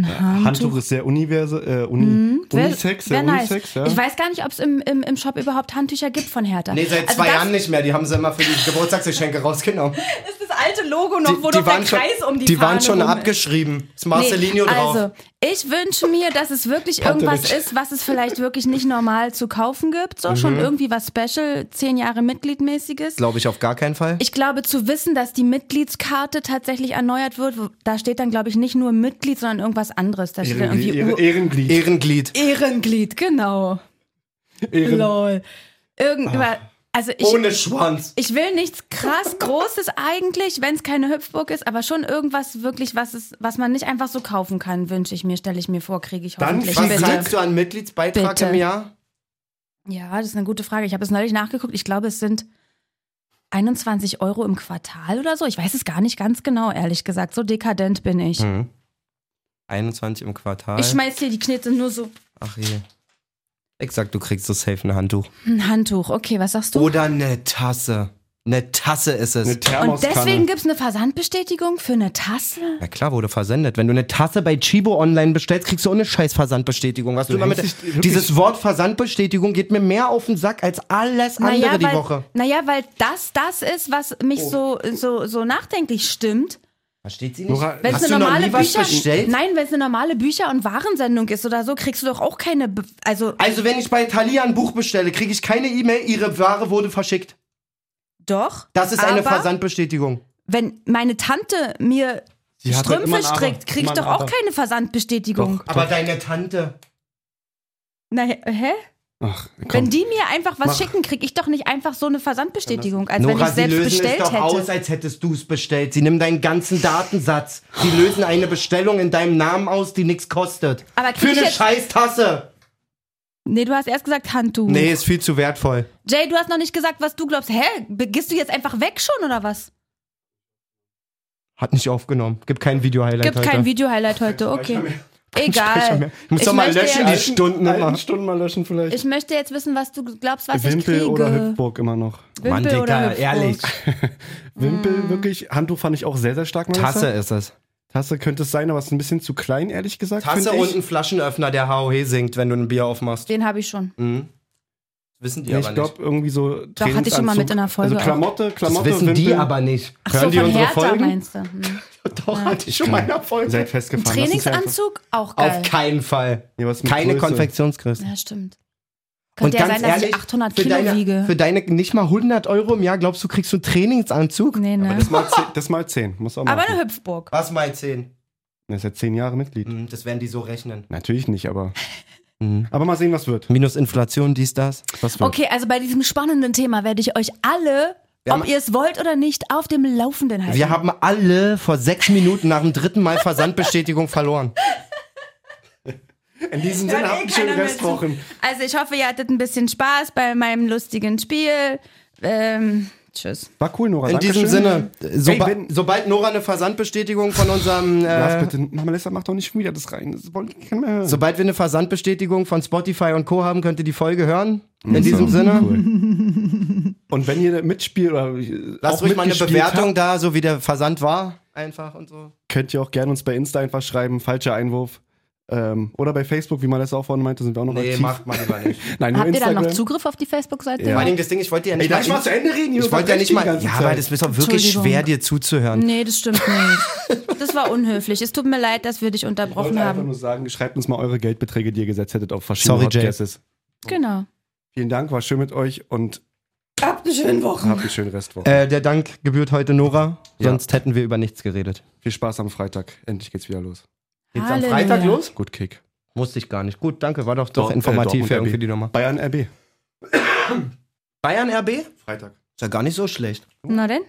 S7: Na,
S5: Handtuch ist sehr universe, äh, uni,
S7: Wär-
S5: unisex,
S7: wär
S5: ja, unisex, ja.
S7: Ich weiß gar nicht, ob es im, im, im Shop überhaupt Handtücher gibt von Hertha.
S2: Nee, seit
S7: Also
S2: zwei
S7: das
S2: Jahren nicht mehr. Die haben sie immer für die Geburtstagsgeschenke rausgenommen.
S7: ist das alte Logo noch, wo noch der Kreis
S2: schon,
S7: um die
S2: die waren
S7: Fahne
S2: schon
S7: rum ist.
S2: abgeschrieben. Ist
S7: Nee,
S2: Marcelino drauf.
S7: Also, ich wünsche mir, dass es wirklich irgendwas ist, was es vielleicht wirklich nicht normal zu kaufen gibt. So
S2: Mhm.
S7: schon irgendwie was Special, zehn Jahre Mitgliedmäßiges.
S2: Glaube ich auf gar keinen Fall.
S7: Ich glaube, zu wissen, dass die Mitgliedskarte tatsächlich erneuert wird, wo- da steht dann, glaube ich, nicht nur Mitglied, sondern irgendwas anderes. Da steht dann
S5: Ehrenglied,
S7: irgendwie
S5: Ehre- Ehrenglied.
S2: Ehrenglied.
S7: Ur- Ehrenglied, genau.
S5: Ehren-
S7: Lol. Irgendwas. Also ich,
S2: Ah. Ohne Schwanz.
S7: ich will nichts krass Großes eigentlich, wenn es keine Hüpfburg ist, aber schon irgendwas wirklich, was, es, was man nicht einfach so kaufen kann, wünsche ich mir, stelle ich mir vor, kriege ich
S5: Dann
S7: hoffentlich.
S2: Was
S5: bitte.
S2: zahlst du an Mitgliedsbeitrag
S7: Bitte.
S2: im Jahr?
S7: Ja, das ist eine gute Frage. Ich habe es neulich nachgeguckt. Ich glaube, es sind 21 Euro im Quartal oder so. Ich weiß es gar nicht ganz genau, ehrlich gesagt. So dekadent bin ich.
S2: 21 im Quartal.
S7: Ich schmeiß dir die Knete nur so.
S2: Ach je. Ich sag, du kriegst so safe ein Handtuch.
S7: Ein Handtuch. Okay, was sagst du?
S2: Oder eine Tasse. Eine Tasse ist es.
S5: Eine
S7: Und
S5: Thermoskanne.
S7: deswegen gibt es eine Versandbestätigung für eine Tasse?
S2: Na klar, wurde versendet. Wenn du eine Tasse bei Chibo online bestellst, kriegst du ohne Scheiß Versandbestätigung. Was du immer mit,
S5: hängst dich wirklich-
S2: dieses Wort Versandbestätigung geht mir mehr auf den Sack als alles andere
S7: naja,
S2: die
S7: weil,
S2: Woche. Oh.
S7: Naja, weil das das ist, was mich so, so, so nachdenklich stimmt.
S2: Versteht sie nicht?
S5: Nora,
S7: Wenn es
S2: Hast
S7: eine
S2: du noch
S7: normale
S2: nie was
S7: Bücher
S2: bestellt?
S7: Nein, wenn es eine normale Bücher- und Warensendung ist oder so, kriegst du doch auch keine Be also
S2: Also wenn ich bei Thalia ein Buch bestelle, kriege ich keine E-Mail, ihre Ware wurde verschickt.
S7: doch.
S2: Das ist eine
S7: aber-
S2: Versandbestätigung.
S7: wenn meine Tante mir
S5: Sie hat halt
S7: Strümpfe
S5: immer ein Aber,
S7: strickt, krieg ich
S5: immer ein
S7: doch auch
S5: Aber.
S7: keine Versandbestätigung.
S5: Doch.
S2: Aber deine Tante.
S7: Na, hä- hä?
S5: Ach, komm.
S7: Wenn die mir einfach was
S5: Mach.
S7: schicken, krieg ich doch nicht einfach so eine Versandbestätigung, als wenn
S2: Nora,
S7: ich
S2: sie
S7: selbst
S2: lösen es
S7: bestellt
S2: doch
S7: hätte.
S2: aus, als hättest du es bestellt. Sie nehmen deinen ganzen Datensatz. Sie lösen eine Bestellung in deinem Namen aus, die nichts kostet.
S7: Aber krieg
S2: Für
S7: ich
S2: eine
S7: jetzt-
S2: scheiß Tasse.
S7: Nee, du hast erst gesagt Handtuch.
S2: Nee, ist viel zu wertvoll.
S7: Jay, du hast noch nicht gesagt, was du glaubst. Hä? Gehst du jetzt einfach weg schon oder was?
S2: Hat nicht aufgenommen. Gibt kein Video-Highlight
S7: Gibt
S2: heute.
S7: kein Video-Highlight heute, okay. Egal.
S2: Ich muss doch mal
S7: möchte
S2: löschen,
S7: ja-
S2: die Stunden immer.
S5: Eine Stunde mal löschen vielleicht.
S7: Ich möchte jetzt wissen, was du glaubst, was ich
S5: Wimpel
S7: kriege.
S5: oder Hüpfburg immer noch.
S7: Wimpel
S2: Mann, Digga,
S7: Hüpfburg.
S2: ehrlich.
S5: Wimpel
S7: Ah.
S5: wirklich, Handtuch fand ich auch sehr, sehr stark. Melissa.
S2: Tasse ist es.
S5: Tasse könnte es sein, aber es ist ein bisschen zu klein, ehrlich gesagt.
S2: Tasse
S5: find ich.
S2: und ein Flaschenöffner, der HOH singt, wenn du ein Bier aufmachst.
S7: Den habe ich schon.
S2: Mhm. Wissen die
S5: Ja,
S2: aber
S5: ich glaube, irgendwie so. Doch,
S7: hatte ich schon mal mit in einer Folge
S5: Also Klamotte,
S2: nicht. Das
S5: Klamotte,
S2: wissen
S5: Wimpel.
S2: die aber nicht.
S7: Ach
S2: Hören
S7: so,
S2: die
S7: von
S2: unsere
S7: Hertha
S2: Folgen?
S7: meinst du. Hm.
S2: Doch, hatte ich schon mal in der
S5: Ihr
S2: Folge.
S5: Seid festgefahren. Lass uns einfach-
S7: Trainingsanzug? Auch geil.
S2: Auf keinen Fall.
S5: Nee, was mit
S2: Keine
S5: Größe?
S2: Konfektionsgröße.
S7: Ja, stimmt. Könnte ja sein, dass ich 800
S2: für
S7: Kilo
S2: deine,
S7: wiege.
S2: Für deine nicht mal 100 Euro im Jahr, glaubst du, kriegst du einen Trainingsanzug?
S7: nee, ne?
S5: Das mal, zehn, das mal zehn. Muss auch
S7: Aber
S5: machen.
S7: eine Hüpfburg.
S2: Was mal 10?
S5: Er ist ja zehn Jahre Mitglied.
S2: Das werden die so rechnen.
S5: Natürlich nicht, aber.
S2: Mhm.
S5: Aber mal sehen, was wird.
S2: Minus Inflation, dies, das.
S5: Was wird.
S7: Okay, also bei diesem spannenden Thema werde ich euch alle,
S2: Wir
S7: ob
S2: haben-
S7: ihr es wollt oder nicht, auf dem Laufenden halten.
S5: Also-
S2: Wir haben alle vor sechs Minuten nach dem dritten Mal Versandbestätigung verloren.
S5: In diesem
S7: Hört
S5: Sinne,
S7: eh
S5: habt einen
S7: keiner
S5: schönen
S7: mehr
S5: Restwochen.
S7: zu. Also ich hoffe, ihr hattet ein bisschen Spaß bei meinem lustigen Spiel. Ähm, tschüss.
S5: War cool, Nora.
S2: In
S5: Dankeschön.
S2: diesem Sinne, Äh, soba
S5: Ey, wenn-
S2: sobald Nora eine Versandbestätigung von unserem,
S5: Lass
S2: äh,
S5: bitte. Mach mal, Lester, mach doch nicht schon wieder das rein. Das wollte ich nicht mehr hören.
S2: sobald wir eine Versandbestätigung von Spotify und Co. haben, könnt ihr die Folge hören. In diesem Sinne,
S5: Und wenn ihr mitspielt oder. äh,
S2: lasst
S5: auch
S2: ruhig mal eine
S5: mitgespielt
S2: Bewertung
S5: habt,
S2: da, so wie der Versand war. Einfach und so.
S5: Könnt ihr auch gerne uns bei Insta einfach schreiben. Falscher Einwurf. Ähm, oder bei Facebook, wie man das auch vorhin meinte, sind wir auch noch aktiv.
S2: mal lieber nicht.
S5: Nein, nur
S7: Habt ihr dann
S5: Instagram.
S7: noch Zugriff auf die Facebook-Seite?
S5: Ja.
S2: Vor allen Dingen das Ding, ich wollte ja nicht
S5: Ey, darf ich mal zu Ende reden? Ihr
S2: Ich wollte ja nicht mal.
S5: unterbrecht die
S2: Ja,
S5: ganze
S2: aber
S5: Zeit.
S2: das ist doch wirklich
S7: Entschuldigung.
S2: schwer, dir zuzuhören.
S7: Nee, das stimmt nicht. Das war unhöflich. Es tut mir leid, dass wir dich
S5: Ich
S7: unterbrochen
S5: wollte einfach
S7: haben.
S5: nur sagen, schreibt uns mal eure Geldbeträge, die ihr gesetzt hättet auf verschiedene
S2: Sorry, Jay.
S5: Podcasts.
S7: Genau.
S5: Vielen Dank, war schön mit euch und
S9: Habt eine schöne Woche.
S5: habt einen schönen Restwoche.
S2: Äh, der Dank gebührt heute Nora,
S5: Ja.
S2: sonst hätten wir über nichts geredet.
S5: Viel Spaß am Freitag. Endlich geht's wieder los.
S2: Geht's am
S7: Halleluja.
S2: Freitag los?
S5: Gut Kick.
S2: Musste ich gar nicht. Gut, danke, war doch doch
S5: Dort- äh,
S2: informativ
S5: Dortmund
S2: ja, irgendwie
S5: RB.
S2: die Nummer.
S5: Bayern RB.
S2: Bayern RB?
S5: Freitag.
S2: Ist ja gar nicht so schlecht.
S7: Na denn?